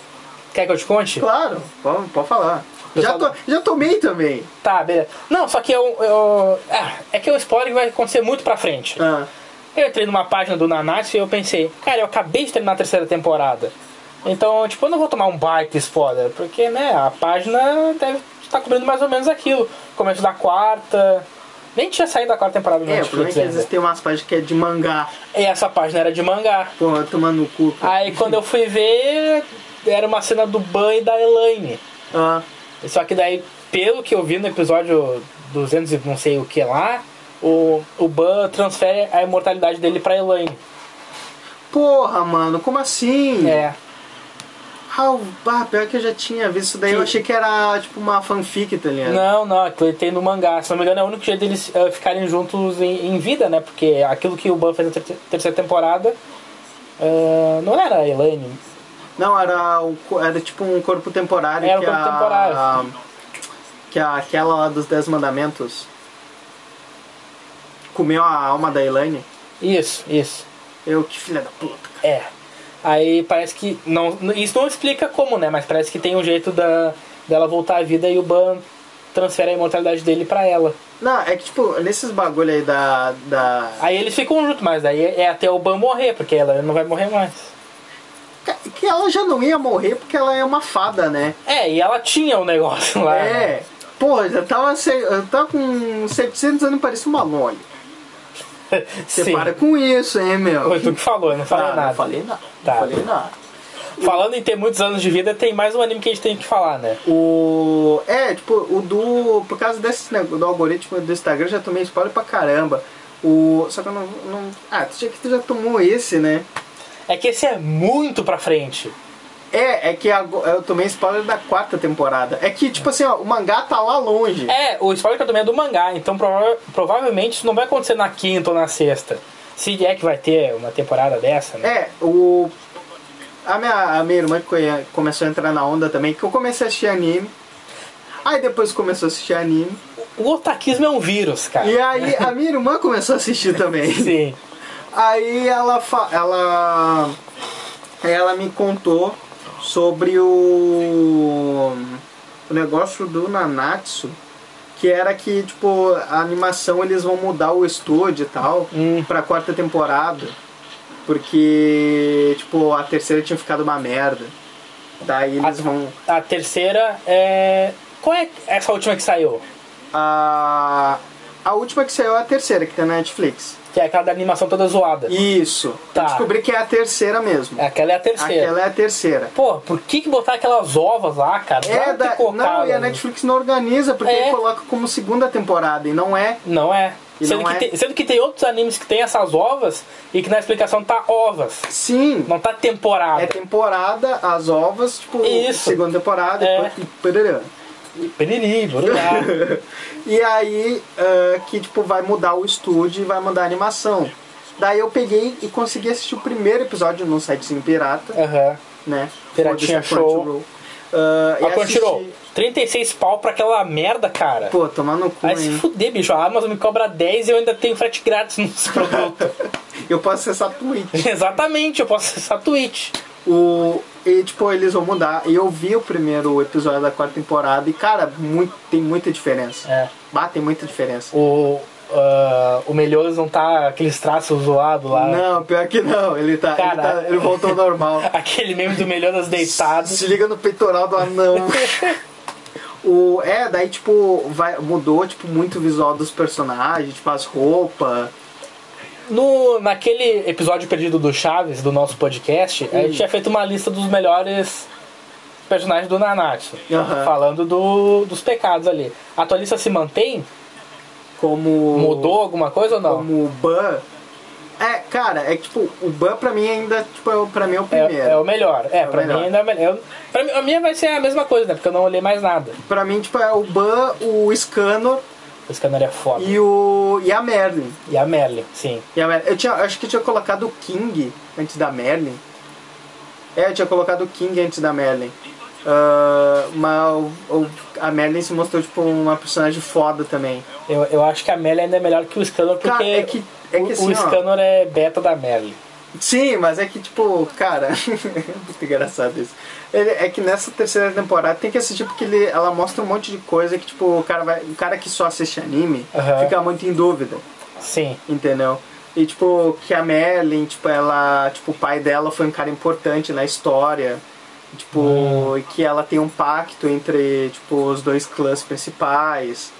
Speaker 2: Quer que eu te conte?
Speaker 1: Claro, pode, pode falar.
Speaker 2: Eu
Speaker 1: Já,
Speaker 2: falo-
Speaker 1: to- já tomei também.
Speaker 2: Tá, beleza. Não, só que eu. eu- é, é que é um spoiler que vai acontecer muito pra frente.
Speaker 1: Ah,
Speaker 2: Eu entrei numa página do Nanatsu e eu pensei, cara, eu acabei de terminar a terceira temporada. Então, tipo, eu não vou tomar um baita spoiler, porque, né, a página deve estar cobrindo mais ou menos aquilo. Começo da quarta. Nem tinha saído da quarta temporada do
Speaker 1: é, o problema é
Speaker 2: Netflix
Speaker 1: que às
Speaker 2: ainda.
Speaker 1: vezes tem umas páginas que é de mangá.
Speaker 2: E essa página era de mangá.
Speaker 1: Pô, vai tomar no cu. cara.
Speaker 2: Aí quando eu fui ver, era uma cena do Ban e da Elaine.
Speaker 1: Ah,
Speaker 2: Só que daí, pelo que eu vi no episódio 200 e não sei o que lá, o, o Ban transfere a imortalidade dele pra Elaine.
Speaker 1: porra, mano, como assim?
Speaker 2: É.
Speaker 1: Ah, o- ah, pior que eu já tinha visto isso daí, eu
Speaker 2: Que-
Speaker 1: achei que era tipo uma fanfic, tá ligado?
Speaker 2: Não, não, aquilo tem no mangá. Se não me engano, é o único jeito deles eh, ficarem juntos em, em vida, né? Porque aquilo que o Ban fez na ter- terceira temporada eh, não era a Elaine.
Speaker 1: Não, era, o, co- era tipo um corpo temporário.
Speaker 2: Era um
Speaker 1: que
Speaker 2: corpo
Speaker 1: a-
Speaker 2: temporário.
Speaker 1: que a- aquela lá dos Dez Mandamentos comeu a alma da Elaine.
Speaker 2: Isso, isso.
Speaker 1: Eu, que filha da puta. cara.
Speaker 2: É. Aí parece que. Não, isso não explica como, né? Mas parece que tem um jeito da, dela voltar à vida e o Ban transfere a imortalidade dele pra ela.
Speaker 1: Não, é que tipo, nesses bagulho aí da. da...
Speaker 2: Aí eles ficam juntos, mas daí é até o Ban morrer, porque ela não vai morrer mais.
Speaker 1: Que ela já não ia morrer porque ela é uma fada, né?
Speaker 2: É, e ela tinha o negócio (laughs) lá. né?
Speaker 1: É. Pô, eu tava, se- eu tava com 700 anos e parecia uma loli. Você
Speaker 2: (laughs) Sim.
Speaker 1: para É, com isso, hein, meu?
Speaker 2: Foi tu que falou, eu não falei
Speaker 1: Ah,
Speaker 2: nada.
Speaker 1: Não falei nada.
Speaker 2: Tá.
Speaker 1: Não falei nada.
Speaker 2: Falando em ter muitos anos de vida, tem mais um anime que a gente tem que falar, né?
Speaker 1: O. É, tipo, o do. Por causa desse nego- do algoritmo do Instagram, eu já tomei spoiler pra caramba. O. Só que eu não. não... Ah, tu já, que tu já tomou esse, né?
Speaker 2: É que esse é muito pra frente.
Speaker 1: É, é que ago- eu tomei spoiler da quarta temporada. É que, tipo assim, ó, o mangá tá lá longe.
Speaker 2: É, o spoiler que eu tomei é do mangá, então prova- provavelmente isso não vai acontecer na quinta ou na sexta. Se é que vai ter uma temporada dessa, né?
Speaker 1: É, o. A minha, a minha irmã que conhe- começou a entrar na onda também, que eu comecei a assistir anime. Aí depois começou a assistir anime.
Speaker 2: O otakismo é um vírus, cara.
Speaker 1: E aí a minha irmã começou a assistir também.
Speaker 2: Sim.
Speaker 1: Aí ela fa- ela ela me contou sobre o o negócio do Nanatsu, que era que tipo a animação eles vão mudar o estúdio e tal
Speaker 2: Hum.
Speaker 1: pra quarta temporada, porque tipo a terceira tinha ficado uma merda. Daí eles vão
Speaker 2: A terceira é. Qual é essa última que saiu?
Speaker 1: a a última que saiu é a terceira que tá na Netflix.
Speaker 2: Que é aquela da animação toda zoada.
Speaker 1: Isso.
Speaker 2: Tá.
Speaker 1: Eu descobri que é a terceira mesmo.
Speaker 2: Aquela é a terceira.
Speaker 1: Aquela é a terceira.
Speaker 2: Pô, por que, que botar aquelas ovas lá, cara?
Speaker 1: É
Speaker 2: Vai né?
Speaker 1: da,
Speaker 2: te colocar,
Speaker 1: não, e a
Speaker 2: mano.
Speaker 1: Netflix não organiza, porque
Speaker 2: É.
Speaker 1: coloca como segunda temporada, e não é.
Speaker 2: Não é.
Speaker 1: E
Speaker 2: Sendo,
Speaker 1: não
Speaker 2: que
Speaker 1: é.
Speaker 2: Tem, sendo que tem outros animes que tem essas ovas e que na explicação tá ovas.
Speaker 1: Sim,
Speaker 2: Não tá temporada.
Speaker 1: é temporada, as ovas, tipo,
Speaker 2: Isso.
Speaker 1: segunda temporada,
Speaker 2: É.
Speaker 1: e parará.
Speaker 2: Piriri, bururá.
Speaker 1: (laughs) E aí, ah, que tipo, vai mudar o estúdio e vai mudar a animação. Daí eu peguei e consegui assistir o primeiro episódio num sitezinho pirata,
Speaker 2: Aham.
Speaker 1: né?
Speaker 2: É. Piratinha
Speaker 1: Foda-se,
Speaker 2: Show.
Speaker 1: Crunchyroll. Ah, e
Speaker 2: Ó, Crunchyroll,
Speaker 1: assisti-
Speaker 2: 36 pau pra aquela merda, cara.
Speaker 1: Pô, tomar no cu,
Speaker 2: Vai se
Speaker 1: hein?
Speaker 2: fuder, bicho. A Amazon me cobra 10 e eu ainda tenho frete grátis nos (laughs) produtos.
Speaker 1: (laughs) Eu posso acessar Twitch.
Speaker 2: Exatamente, eu posso acessar a Twitch.
Speaker 1: O, e tipo, eles vão mudar. E eu vi o primeiro episódio da quarta temporada e, cara, muito, tem muita diferença.
Speaker 2: É.
Speaker 1: Batem muita diferença.
Speaker 2: O, ah, o Melhores não tá aqueles traços zoados lá.
Speaker 1: Não, pior que não. Ele tá. Ele,
Speaker 2: Ah. Cara.
Speaker 1: tá- ele voltou ao normal.
Speaker 2: (laughs) Aquele meme do Melhores deitado.
Speaker 1: Se liga no peitoral do
Speaker 2: (laughs)
Speaker 1: anão. o, é, daí, tipo, vai, mudou, tipo, muito o visual dos personagens, tipo, as roupas.
Speaker 2: No, naquele episódio perdido do Chaves, do nosso podcast, a gente tinha feito uma lista dos melhores personagens do Nanatsu.
Speaker 1: Aham.
Speaker 2: Falando do- dos pecados ali. A tua lista se mantém?
Speaker 1: Como.
Speaker 2: Mudou alguma coisa ou não?
Speaker 1: Como o Ban. É, cara, é que, tipo, o Ban pra mim ainda, tipo, é, o- pra mim é o
Speaker 2: É,
Speaker 1: primeiro.
Speaker 2: é o melhor. É,
Speaker 1: o
Speaker 2: pra
Speaker 1: melhor.
Speaker 2: mim ainda é o melhor. Eu- Pra mim, a minha vai ser a mesma coisa, né? Porque eu não olhei mais nada.
Speaker 1: Pra mim, tipo, é o Ban, o Scanner
Speaker 2: Esse canal é foda. E,
Speaker 1: e o. e a Merlin.
Speaker 2: a Merlin, sim.
Speaker 1: E a Merlin- Eu tinha, eu acho que eu tinha colocado o King antes da Merlin. É, eu tinha colocado o King antes da Merlin. Ah, mas o- o- a Merlin se mostrou tipo uma personagem foda também.
Speaker 2: Eu, eu acho que a Merlin ainda é melhor que o Scanner, porque
Speaker 1: Cara, é que- é que
Speaker 2: o-
Speaker 1: assim,
Speaker 2: o
Speaker 1: ó.
Speaker 2: Scanner é beta da Merlin.
Speaker 1: Sim, mas é que tipo, cara, (laughs) muito engraçado isso. Ele- é que nessa terceira temporada tem que assistir porque ele, ela mostra um monte de coisa que tipo o cara vai, o cara que só assiste anime
Speaker 2: Aham.
Speaker 1: fica muito em dúvida.
Speaker 2: Sim.
Speaker 1: Entendeu? E tipo, que a Merlin, tipo, ela. Tipo, o pai dela foi um cara importante na história. Tipo, e que ela tem um pacto entre, tipo, os dois clãs principais.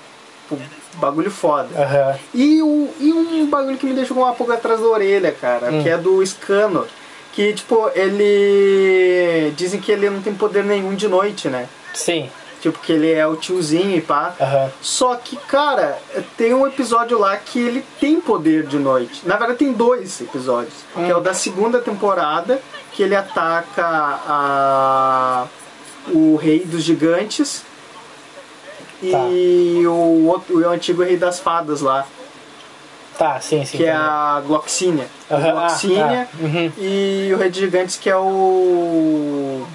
Speaker 1: Tipo, bagulho foda.
Speaker 2: Aham.
Speaker 1: E, o, e um bagulho que me deixou com uma pulga atrás da orelha, cara, que é do Scanor. Que, tipo, ele. Dizem que ele não tem poder nenhum de noite, né?
Speaker 2: Sim.
Speaker 1: Tipo, que ele é o tiozinho e pá.
Speaker 2: Aham.
Speaker 1: Só que, cara, tem um episódio lá que ele tem poder de noite. Na verdade, tem dois episódios. Que é
Speaker 2: Ah.
Speaker 1: o da segunda temporada, que ele ataca a... o rei dos gigantes. E o, outro, o antigo rei das fadas lá,
Speaker 2: Tá, sim, sim.
Speaker 1: que é
Speaker 2: tá.
Speaker 1: a Gloxinia.
Speaker 2: Aham, ah,
Speaker 1: Gloxinia
Speaker 2: tá. Uhum.
Speaker 1: e o rei dos gigantes que é o...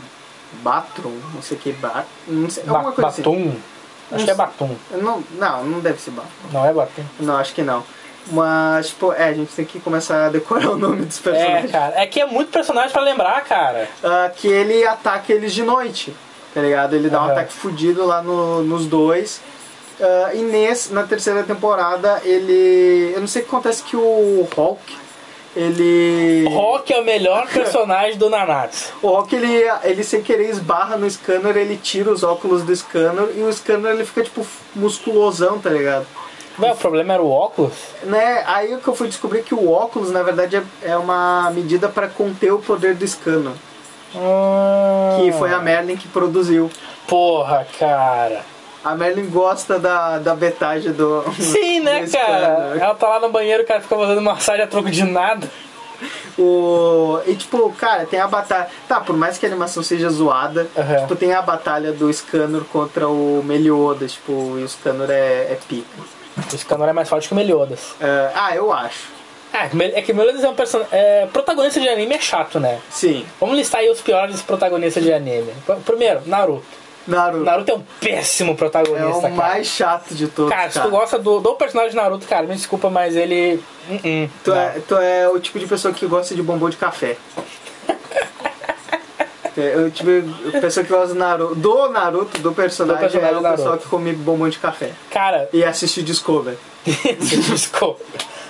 Speaker 1: Batron, não sei o que, Bat... não sei,
Speaker 2: Ba-
Speaker 1: alguma coisa assim.
Speaker 2: Batum? Acho que é Batum.
Speaker 1: Não, não, não deve ser Batron.
Speaker 2: Não é Batum?
Speaker 1: Não, acho que não. Mas, tipo, é, a gente tem que começar a decorar (laughs) o nome dos
Speaker 2: É,
Speaker 1: personagens.
Speaker 2: cara. É que é muito personagem pra lembrar, cara.
Speaker 1: Ah, que ele ataca eles de noite. tá ligado? Ele dá um
Speaker 2: Aham.
Speaker 1: ataque fudido lá no- nos dois. Ah, e nesse, na terceira temporada, ele. Eu não sei o que acontece que o Hulk. Ele.
Speaker 2: Rock é o melhor personagem do Nanatsu.
Speaker 1: O Hulk, ele, ele sem querer esbarra no scanner, ele tira os óculos do scanner e o scanner ele fica tipo musculosão, tá ligado?
Speaker 2: Ué, o problema era o óculos?
Speaker 1: Né? Aí que eu fui descobrir que o óculos, na verdade, é, é uma medida pra conter o poder do scanner.
Speaker 2: Ah,
Speaker 1: Que foi a Merlin que produziu.
Speaker 2: Porra, cara.
Speaker 1: A Merlin gosta da, da betagem do.
Speaker 2: Sim, né,
Speaker 1: do
Speaker 2: cara?
Speaker 1: scanner.
Speaker 2: Ela tá lá no banheiro, o cara fica fazendo massagem a troco de nada.
Speaker 1: O... E tipo, cara, tem a batalha. Tá, por mais que a animação seja zoada,
Speaker 2: Aham.
Speaker 1: tipo, tem a batalha do Scanner contra o Meliodas, tipo, e o Scanner é, é pica.
Speaker 2: O Scanor é mais forte que o Meliodas.
Speaker 1: É, ah, eu acho.
Speaker 2: Ah, é que o Meliodas é um personagem. É, protagonista de anime é chato, né?
Speaker 1: Sim.
Speaker 2: Vamos listar aí os piores protagonistas de anime. Pr- Primeiro, Naruto.
Speaker 1: Naruto.
Speaker 2: Naruto é um péssimo
Speaker 1: é o
Speaker 2: protagonista, cara.
Speaker 1: mais chato de todos.
Speaker 2: Cara,
Speaker 1: Cara,
Speaker 2: se tu gosta do, do personagem de Naruto, cara, me desculpa, mas ele. Uh-uh,
Speaker 1: Tu
Speaker 2: não.
Speaker 1: é, tu é o tipo de pessoa que gosta de bombom de café. É, Eu tive pessoa que gosta do Naruto, do Naruto, do personagem,
Speaker 2: Do personagem
Speaker 1: é o
Speaker 2: Naruto.
Speaker 1: pessoal que come bombom de café
Speaker 2: Cara, (laughs)
Speaker 1: e assiste Discovery.
Speaker 2: desculpa.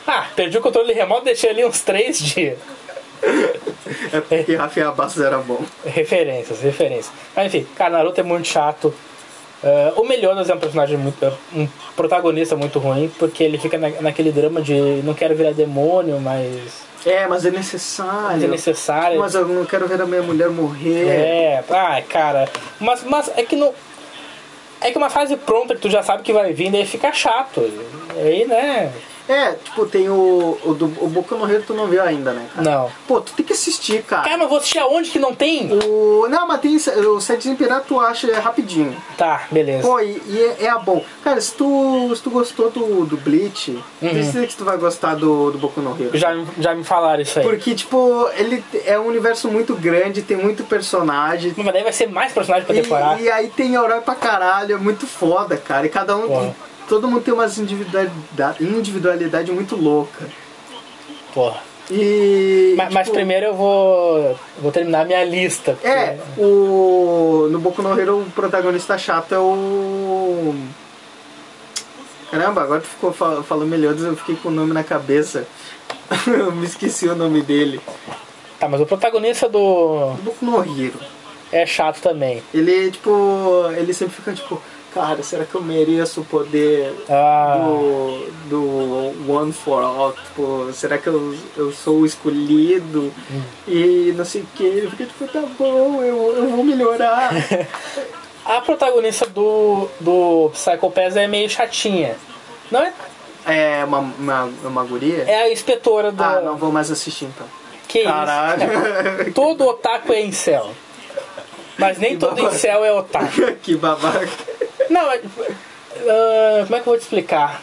Speaker 2: Ah, perdi o controle remoto, deixei ali uns três de
Speaker 1: É porque Rafael Bastos era bom.
Speaker 2: referências, referências. Mas enfim, cara, Naruto é muito chato. Ah, o Meliodas é um personagem muito. um protagonista muito ruim, porque ele fica na, naquele drama de não quero virar demônio, mas
Speaker 1: É, mas é necessário.
Speaker 2: é necessário.
Speaker 1: Mas eu não quero ver a minha mulher morrer.
Speaker 2: É, ai, cara. Mas, mas é que não. É que uma fase pronta que tu já sabe que vai vir, daí fica chato. Aí, né?
Speaker 1: É, tipo, tem o. O, do, o Boku no Hero tu não viu ainda, né, cara?
Speaker 2: Não.
Speaker 1: Pô, tu tem que assistir,
Speaker 2: Cara,
Speaker 1: cara.
Speaker 2: mas vou assistir aonde que não tem?
Speaker 1: O, não, mas tem o Sete Imperato tu acha é rapidinho.
Speaker 2: Tá, beleza.
Speaker 1: Pô, e, e é, é a bom. Cara, se tu, se tu gostou do, do Bleach, não sei que tu vai gostar do, do Boku no Hero.
Speaker 2: Uhum. Já, já me falaram isso aí.
Speaker 1: Porque, tipo, ele é um universo muito grande, tem muito personagem.
Speaker 2: Mas daí vai ser mais personagem pra decorar.
Speaker 1: E, e aí tem herói pra caralho, é muito foda, cara. E cada um.
Speaker 2: Porra.
Speaker 1: e todo mundo tem umas individualidade, individualidade muito louca.
Speaker 2: Porra.
Speaker 1: E.
Speaker 2: Mas, mas
Speaker 1: tipo,
Speaker 2: primeiro eu vou. Vou terminar a minha lista. porque-
Speaker 1: É, o. No Boku no Hero, o protagonista chato é o. Caramba, agora tu ficou fal- falando melhor, eu fiquei com o nome na cabeça. (laughs) eu me esqueci o nome dele.
Speaker 2: Tá, mas o protagonista do.
Speaker 1: O Boku no Hero.
Speaker 2: É chato também.
Speaker 1: Ele, tipo. Ele sempre fica tipo. Cara, será que eu mereço o poder
Speaker 2: Ah.
Speaker 1: do, do One for All? Tipo, será que eu, eu sou o escolhido? E não sei o que. Ele fica tipo, tá bom, eu, eu vou melhorar.
Speaker 2: A protagonista do. do Psycho Pass é meio chatinha. Não é
Speaker 1: É uma, uma, uma guria?
Speaker 2: É a inspetora do.
Speaker 1: Ah, não vou mais assistir então.
Speaker 2: Que
Speaker 1: Caralho. (laughs)
Speaker 2: isso? Todo otaku é incel. Mas nem todo
Speaker 1: babaca.
Speaker 2: incel é otaku.
Speaker 1: que babaca.
Speaker 2: Não, é- ah, como é que eu vou te explicar?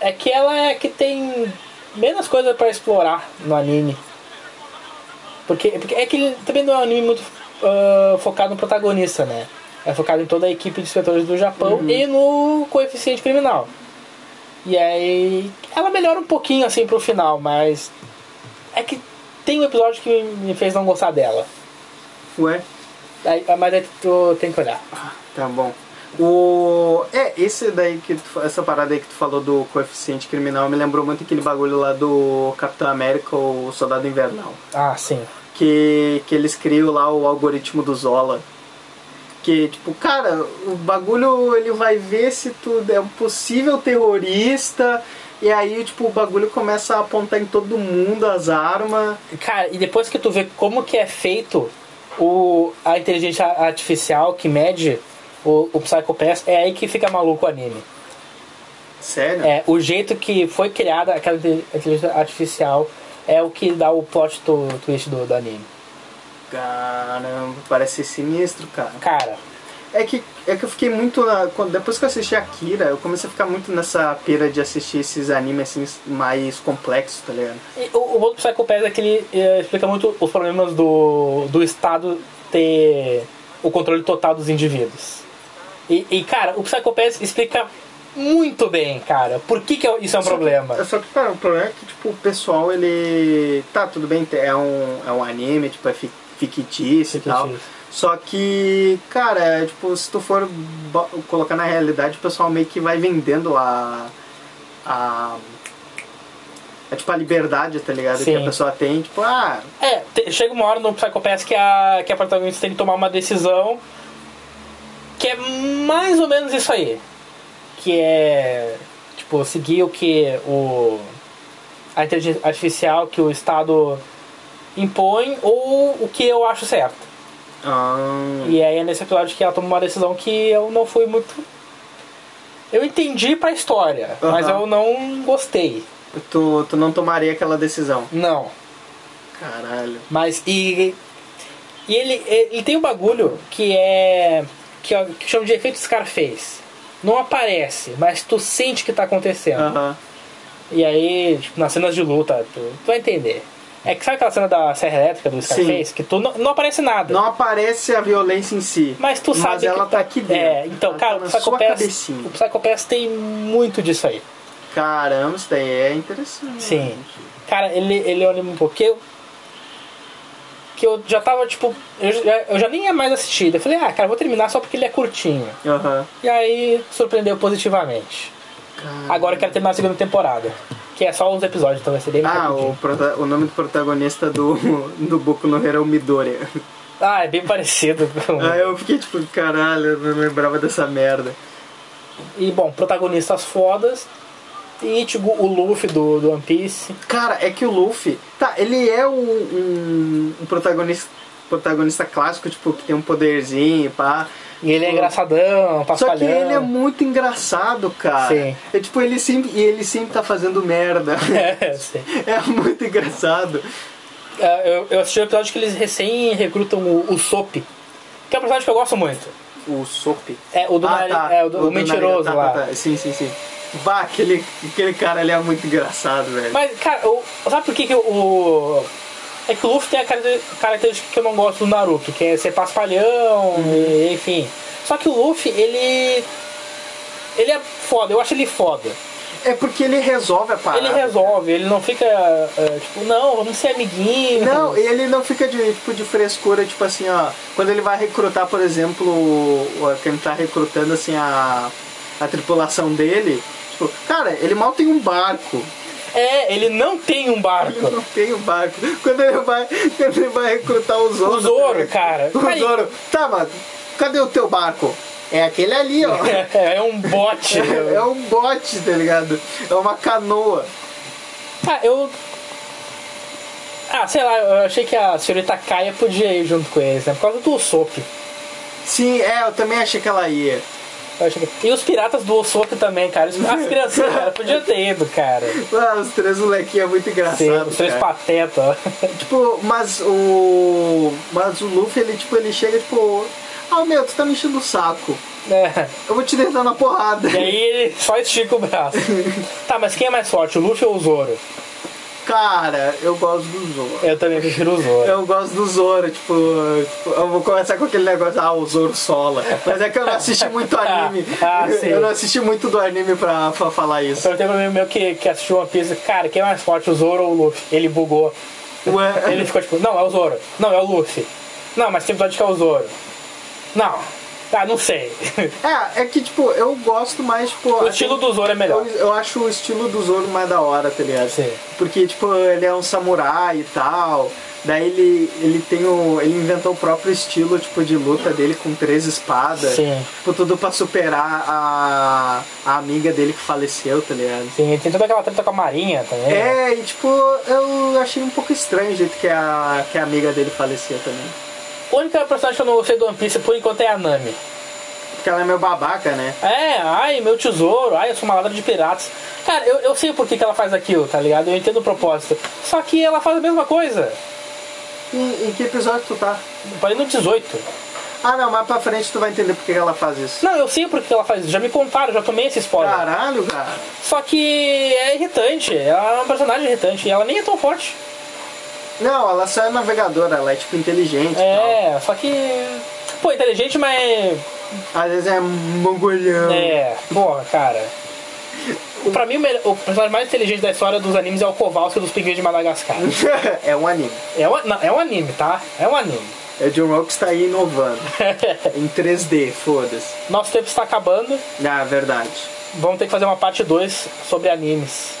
Speaker 2: É que ela é que tem menos coisa pra explorar no anime. Porque, porque é que ele também não é um anime muito ah, focado no protagonista, né? É focado em toda a equipe de inspetores do Japão e no coeficiente criminal. E aí ela melhora um pouquinho assim pro final, mas é que tem um episódio que me fez não gostar dela.
Speaker 1: Ué?
Speaker 2: Aí- mas aí tu tem que olhar.
Speaker 1: Tá bom. O... É, esse daí que tu, essa parada aí que tu falou do coeficiente criminal me lembrou muito aquele bagulho lá do Capitão América ou Soldado Invernal.
Speaker 2: Ah, sim.
Speaker 1: Que, que eles criam lá o algoritmo do Zola. Que, tipo, cara, o bagulho ele vai ver se tu é um possível terrorista. E aí, tipo, o bagulho começa a apontar em todo mundo as armas.
Speaker 2: Cara, e depois que tu vê como que é feito o, a inteligência artificial que mede o, o Psycho Pass, é aí que fica maluco o anime.
Speaker 1: Sério?
Speaker 2: É, o jeito que foi criada aquela inte- inteligência artificial é o que dá o plot to, twist do, do anime.
Speaker 1: Caramba, parece sinistro, cara.
Speaker 2: Cara,
Speaker 1: É que, é que eu fiquei muito. Na, quando- depois que eu assisti Akira, eu comecei a ficar muito nessa pira de assistir esses animes assim, mais complexos, tá ligado?
Speaker 2: e o, o bom do Psycho Pass é que ele eh, explica muito os problemas do, do Estado ter o controle total dos indivíduos. E, e, cara, o Psycho Pass explica muito bem, cara, por que, que isso é um problema.
Speaker 1: Só que, cara, o problema é que, tipo, o pessoal, ele. Tá, tudo bem, é um, é um anime, tipo, é fi- fictício e tal.
Speaker 2: Fictício.
Speaker 1: Só que, cara, é, tipo, se tu for bo- colocar na realidade, o pessoal meio que vai vendendo a. a. a, tipo, a liberdade, tá ligado? Que
Speaker 2: Sim.
Speaker 1: a pessoa tem, tipo, ah,
Speaker 2: É, te- chega uma hora no Psychopass que a, que a protagonista tem que tomar uma decisão que é mais ou menos isso aí. Que é, tipo, seguir o que o, a inteligência artificial que o Estado impõe ou o que eu acho certo.
Speaker 1: ah,
Speaker 2: E aí é nesse episódio que ela toma uma decisão que eu não fui muito... Eu entendi pra história, mas
Speaker 1: Aham.
Speaker 2: eu não gostei.
Speaker 1: tu, tu não tomaria aquela decisão.
Speaker 2: Não.
Speaker 1: Caralho.
Speaker 2: Mas e. E ele, ele tem um bagulho que é. que, é- que chama de efeito Scarface. Não aparece, mas tu sente que tá acontecendo.
Speaker 1: Aham.
Speaker 2: E aí, tipo, nas cenas de luta, tu, tu vai entender. É que sabe aquela cena da Serra Elétrica do Scarface? Que tu não, não aparece nada.
Speaker 1: Não aparece a violência em si.
Speaker 2: Mas tu sabe
Speaker 1: Mas ela
Speaker 2: que
Speaker 1: tá aqui dentro.
Speaker 2: É, então,
Speaker 1: Ela
Speaker 2: cara,
Speaker 1: tá
Speaker 2: o
Speaker 1: na sua
Speaker 2: Psychopass,
Speaker 1: cabecinha.
Speaker 2: o Psychopass tem muito disso aí.
Speaker 1: Caramba, isso daí é interessante.
Speaker 2: Sim. Cara, ele, ele olha um pouquinho. Que eu já tava, tipo. Eu já, eu já nem ia mais assistir. Daí Eu falei, ah, cara, eu vou terminar só porque ele é curtinho.
Speaker 1: Aham.
Speaker 2: E aí surpreendeu positivamente.
Speaker 1: Cara-
Speaker 2: Agora eu quero terminar a segunda temporada. Que é só uns episódios, então vai ser bem mais
Speaker 1: Ah, o,
Speaker 2: rapidinho.
Speaker 1: prota- o nome do protagonista do, (laughs) do Boku no Hero é o Midoriya.
Speaker 2: Ah, é bem parecido. com-
Speaker 1: Aí eu fiquei tipo, caralho, eu não lembrava dessa merda.
Speaker 2: E bom, protagonistas fodas. E Ichigo, o Luffy do, do One Piece.
Speaker 1: Cara, é que o Luffy. Tá, ele é um, um- um protagonista, protagonista clássico, tipo, que tem um poderzinho e pá.
Speaker 2: E ele é
Speaker 1: Pô.
Speaker 2: engraçadão,
Speaker 1: Só
Speaker 2: paspalhão.
Speaker 1: que ele é muito engraçado, cara.
Speaker 2: Sim.
Speaker 1: É tipo, ele sempre. E ele sempre tá fazendo
Speaker 2: (laughs)
Speaker 1: merda.
Speaker 2: (laughs) é, sim.
Speaker 1: é muito engraçado.
Speaker 2: É, eu, eu assisti o episódio que eles recém recrutam o, o Sop, que é um personagem que eu gosto muito.
Speaker 1: O Sop.
Speaker 2: É o do,
Speaker 1: Ah,
Speaker 2: Nari-
Speaker 1: tá.
Speaker 2: é, o do- o
Speaker 1: do
Speaker 2: mentiroso
Speaker 1: Narita. Tá,
Speaker 2: lá.
Speaker 1: tá, tá. Sim, sim, sim. Vá, aquele, aquele cara ali é muito engraçado, velho.
Speaker 2: Mas, cara, eu- sabe por que, que o. É que o Luffy tem a caracter- característica que eu não gosto do Naruto, que é ser paspalhão,
Speaker 1: Uhum.
Speaker 2: e- enfim. Só que o Luffy, ele. Ele é foda, eu acho ele foda.
Speaker 1: É porque ele resolve a parada.
Speaker 2: ele resolve, ele não fica é, tipo, não, vamos ser amiguinhos.
Speaker 1: Não, ele não fica de, tipo, de frescura, tipo assim, ó. Quando ele vai recrutar, por exemplo, o- o- quem tá recrutando, assim, a, a tripulação dele. Tipo, cara, ele mal tem um barco.
Speaker 2: É, ele não tem um
Speaker 1: Ele
Speaker 2: barco. (laughs)
Speaker 1: não tem um barco. Quando ele vai, quando ele vai recrutar o Zoro. né?
Speaker 2: O Zoro, cara.
Speaker 1: O
Speaker 2: Aí-
Speaker 1: Zoro. Tá, mano, cadê o teu barco? É aquele ali, (laughs) ó.
Speaker 2: É um bote.
Speaker 1: (laughs) É, é um bote, tá ligado? É uma canoa.
Speaker 2: Ah, eu. Ah, sei lá, eu achei que a senhorita Kaia podia ir junto com eles, né? Por causa do Usopp.
Speaker 1: Sim, é, eu também achei que ela ia.
Speaker 2: Eu achei que- E os piratas do Usopp também, cara. As crianças, cara, podia ter ido, cara.
Speaker 1: Ah, os três molequinhos é muito engraçado.
Speaker 2: Sim, os três
Speaker 1: cara.
Speaker 2: patetas.
Speaker 1: Tipo, mas o. Mas o Luffy, ele tipo, ele chega tipo. Ah meu, tu tá me enchendo o saco.
Speaker 2: (laughs) É.
Speaker 1: Eu vou te deitar na porrada.
Speaker 2: E aí ele só estica o braço. Tá, mas quem é mais forte, o Luffy ou o Zoro?
Speaker 1: Cara, eu gosto do Zoro.
Speaker 2: Eu também prefiro o Zoro.
Speaker 1: Eu gosto do Zoro, tipo, tipo, eu vou começar com aquele negócio, ah, o Zoro sola. Mas é que eu não assisti
Speaker 2: (laughs)
Speaker 1: muito anime.
Speaker 2: Ah, sim.
Speaker 1: eu não assisti muito do anime pra, pra falar
Speaker 2: (laughs)
Speaker 1: isso.
Speaker 2: Eu tenho um amigo meu que, que assistiu One Piece, cara, quem é mais forte, o Zoro ou o Luffy? Ele bugou.
Speaker 1: Ué,
Speaker 2: Ele ficou tipo, não, é o Zoro. Não, é o Luffy. Não, mas tem episódio que é o Zoro. Não. Tá, não sei. (laughs)
Speaker 1: É, é que tipo, eu gosto mais, tipo.
Speaker 2: O estilo do Zoro é melhor.
Speaker 1: Eu, eu acho o estilo do Zoro mais da hora, tá ligado?
Speaker 2: Sim.
Speaker 1: Porque, tipo, ele é um samurai e tal. Daí ele, ele tem o. ele inventou o próprio estilo, tipo, de luta dele com três espadas.
Speaker 2: Sim.
Speaker 1: Tipo, tudo pra superar a, a amiga dele que faleceu, tá ligado?
Speaker 2: Sim, tem toda aquela treta com a Marinha também.
Speaker 1: É, e tipo, eu achei um pouco estranho o jeito que a, que a amiga dele faleceu também.
Speaker 2: A única personagem que eu não gostei do One Piece por enquanto é a Nami.
Speaker 1: Porque ela é meio babaca, né?
Speaker 2: É, ai, meu tesouro, ai, eu sou uma ladra de piratas. Cara, eu, eu sei por que, que ela faz aquilo, tá ligado? Eu entendo o propósito. Só que ela faz a mesma coisa.
Speaker 1: E, em que episódio tu tá?
Speaker 2: Parei no 18.
Speaker 1: Ah não, mais pra frente tu vai entender porque ela faz isso.
Speaker 2: Não, eu sei por que que ela faz isso. Já me contaram, já tomei esse spoiler.
Speaker 1: Caralho, cara.
Speaker 2: Só que é irritante. Ela é uma personagem irritante. E ela nem é tão forte.
Speaker 1: Não, ela só é navegadora, ela é tipo inteligente. e
Speaker 2: É, só que. Pô, inteligente, mas.
Speaker 1: tal. Às vezes é mongolhão.
Speaker 2: É, porra, cara. Pra mim, o, melhor- o personagem mais inteligente da história dos animes é o Kowalski dos Pinguins de Madagascar.
Speaker 1: (laughs) É um anime.
Speaker 2: É um, não, é um anime, (laughs) tá? É um anime.
Speaker 1: É John Rock está aí inovando. em 3D, foda-se.
Speaker 2: Nosso tempo está acabando.
Speaker 1: Ah, verdade.
Speaker 2: Vamos ter que fazer uma parte 2 sobre animes.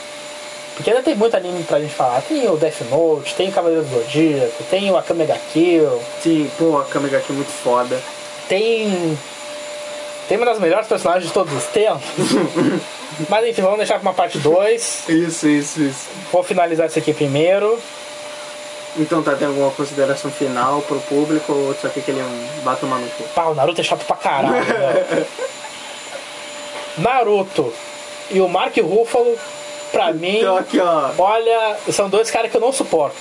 Speaker 2: Porque ainda tem muito anime pra gente falar. Tem o Death Note, tem o Cavaleiro do Zodíaco, tem o Akame ga Kill,
Speaker 1: Sim, pô, a câmera aqui é muito foda.
Speaker 2: tem. Tem uma das melhores personagens de todos os tempos. Mas enfim, vamos deixar pra uma parte 2.
Speaker 1: Isso, isso, isso.
Speaker 2: Vou finalizar isso aqui primeiro.
Speaker 1: Então tá, tem alguma consideração final pro público ou só quer que ele é um bata uma no cu?
Speaker 2: Pá, o Naruto é chato pra caralho.
Speaker 1: (laughs)
Speaker 2: né? Naruto e o Mark Ruffalo, pra mim,
Speaker 1: Então aqui, ó.
Speaker 2: olha, são dois caras que eu não suporto.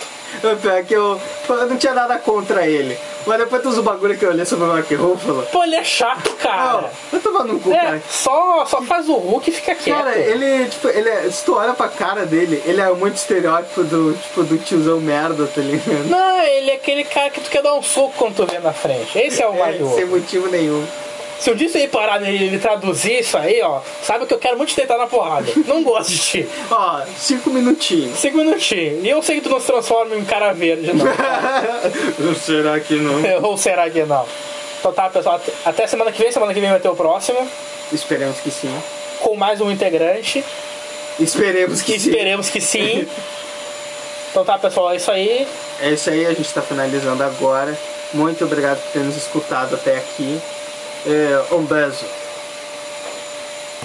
Speaker 1: Pior que eu, eu não tinha nada contra ele. Mas depois dos bagulho que eu olhei sobre o Mark Ruffalo.
Speaker 2: Pô, ele é chato,
Speaker 1: Não,
Speaker 2: cara.
Speaker 1: vai tomar no cu,
Speaker 2: É,
Speaker 1: cara.
Speaker 2: só, só faz o Hulk e fica quieto.
Speaker 1: Cara, ele, tipo, ele é, se tu olha pra cara dele, ele é muito estereótipo do, tipo, do tiozão merda, tá ligado?
Speaker 2: Não, ele é aquele cara que tu quer dar um soco quando tu vê na frente. Esse é o
Speaker 1: É, sem
Speaker 2: Mario.
Speaker 1: motivo nenhum.
Speaker 2: Se eu disse aí parar nele e ele traduzir isso aí, ó, sabe que eu quero muito te deitar na porrada. não gosto de ti.
Speaker 1: Ó, cinco minutinhos.
Speaker 2: Cinco minutinhos. E eu sei que tu não se transforma em um cara
Speaker 1: (laughs)
Speaker 2: verde, não.
Speaker 1: Será que não?
Speaker 2: (laughs) Ou será que não? Então tá, pessoal, at- até semana que vem. Semana que vem vai ter o próximo.
Speaker 1: Esperemos que sim.
Speaker 2: Com mais um integrante.
Speaker 1: Esperemos que sim.
Speaker 2: Esperemos que sim. Então tá, pessoal, é isso aí.
Speaker 1: É isso aí, a gente está finalizando agora. Muito obrigado por ter nos escutado até aqui. É, um beijo.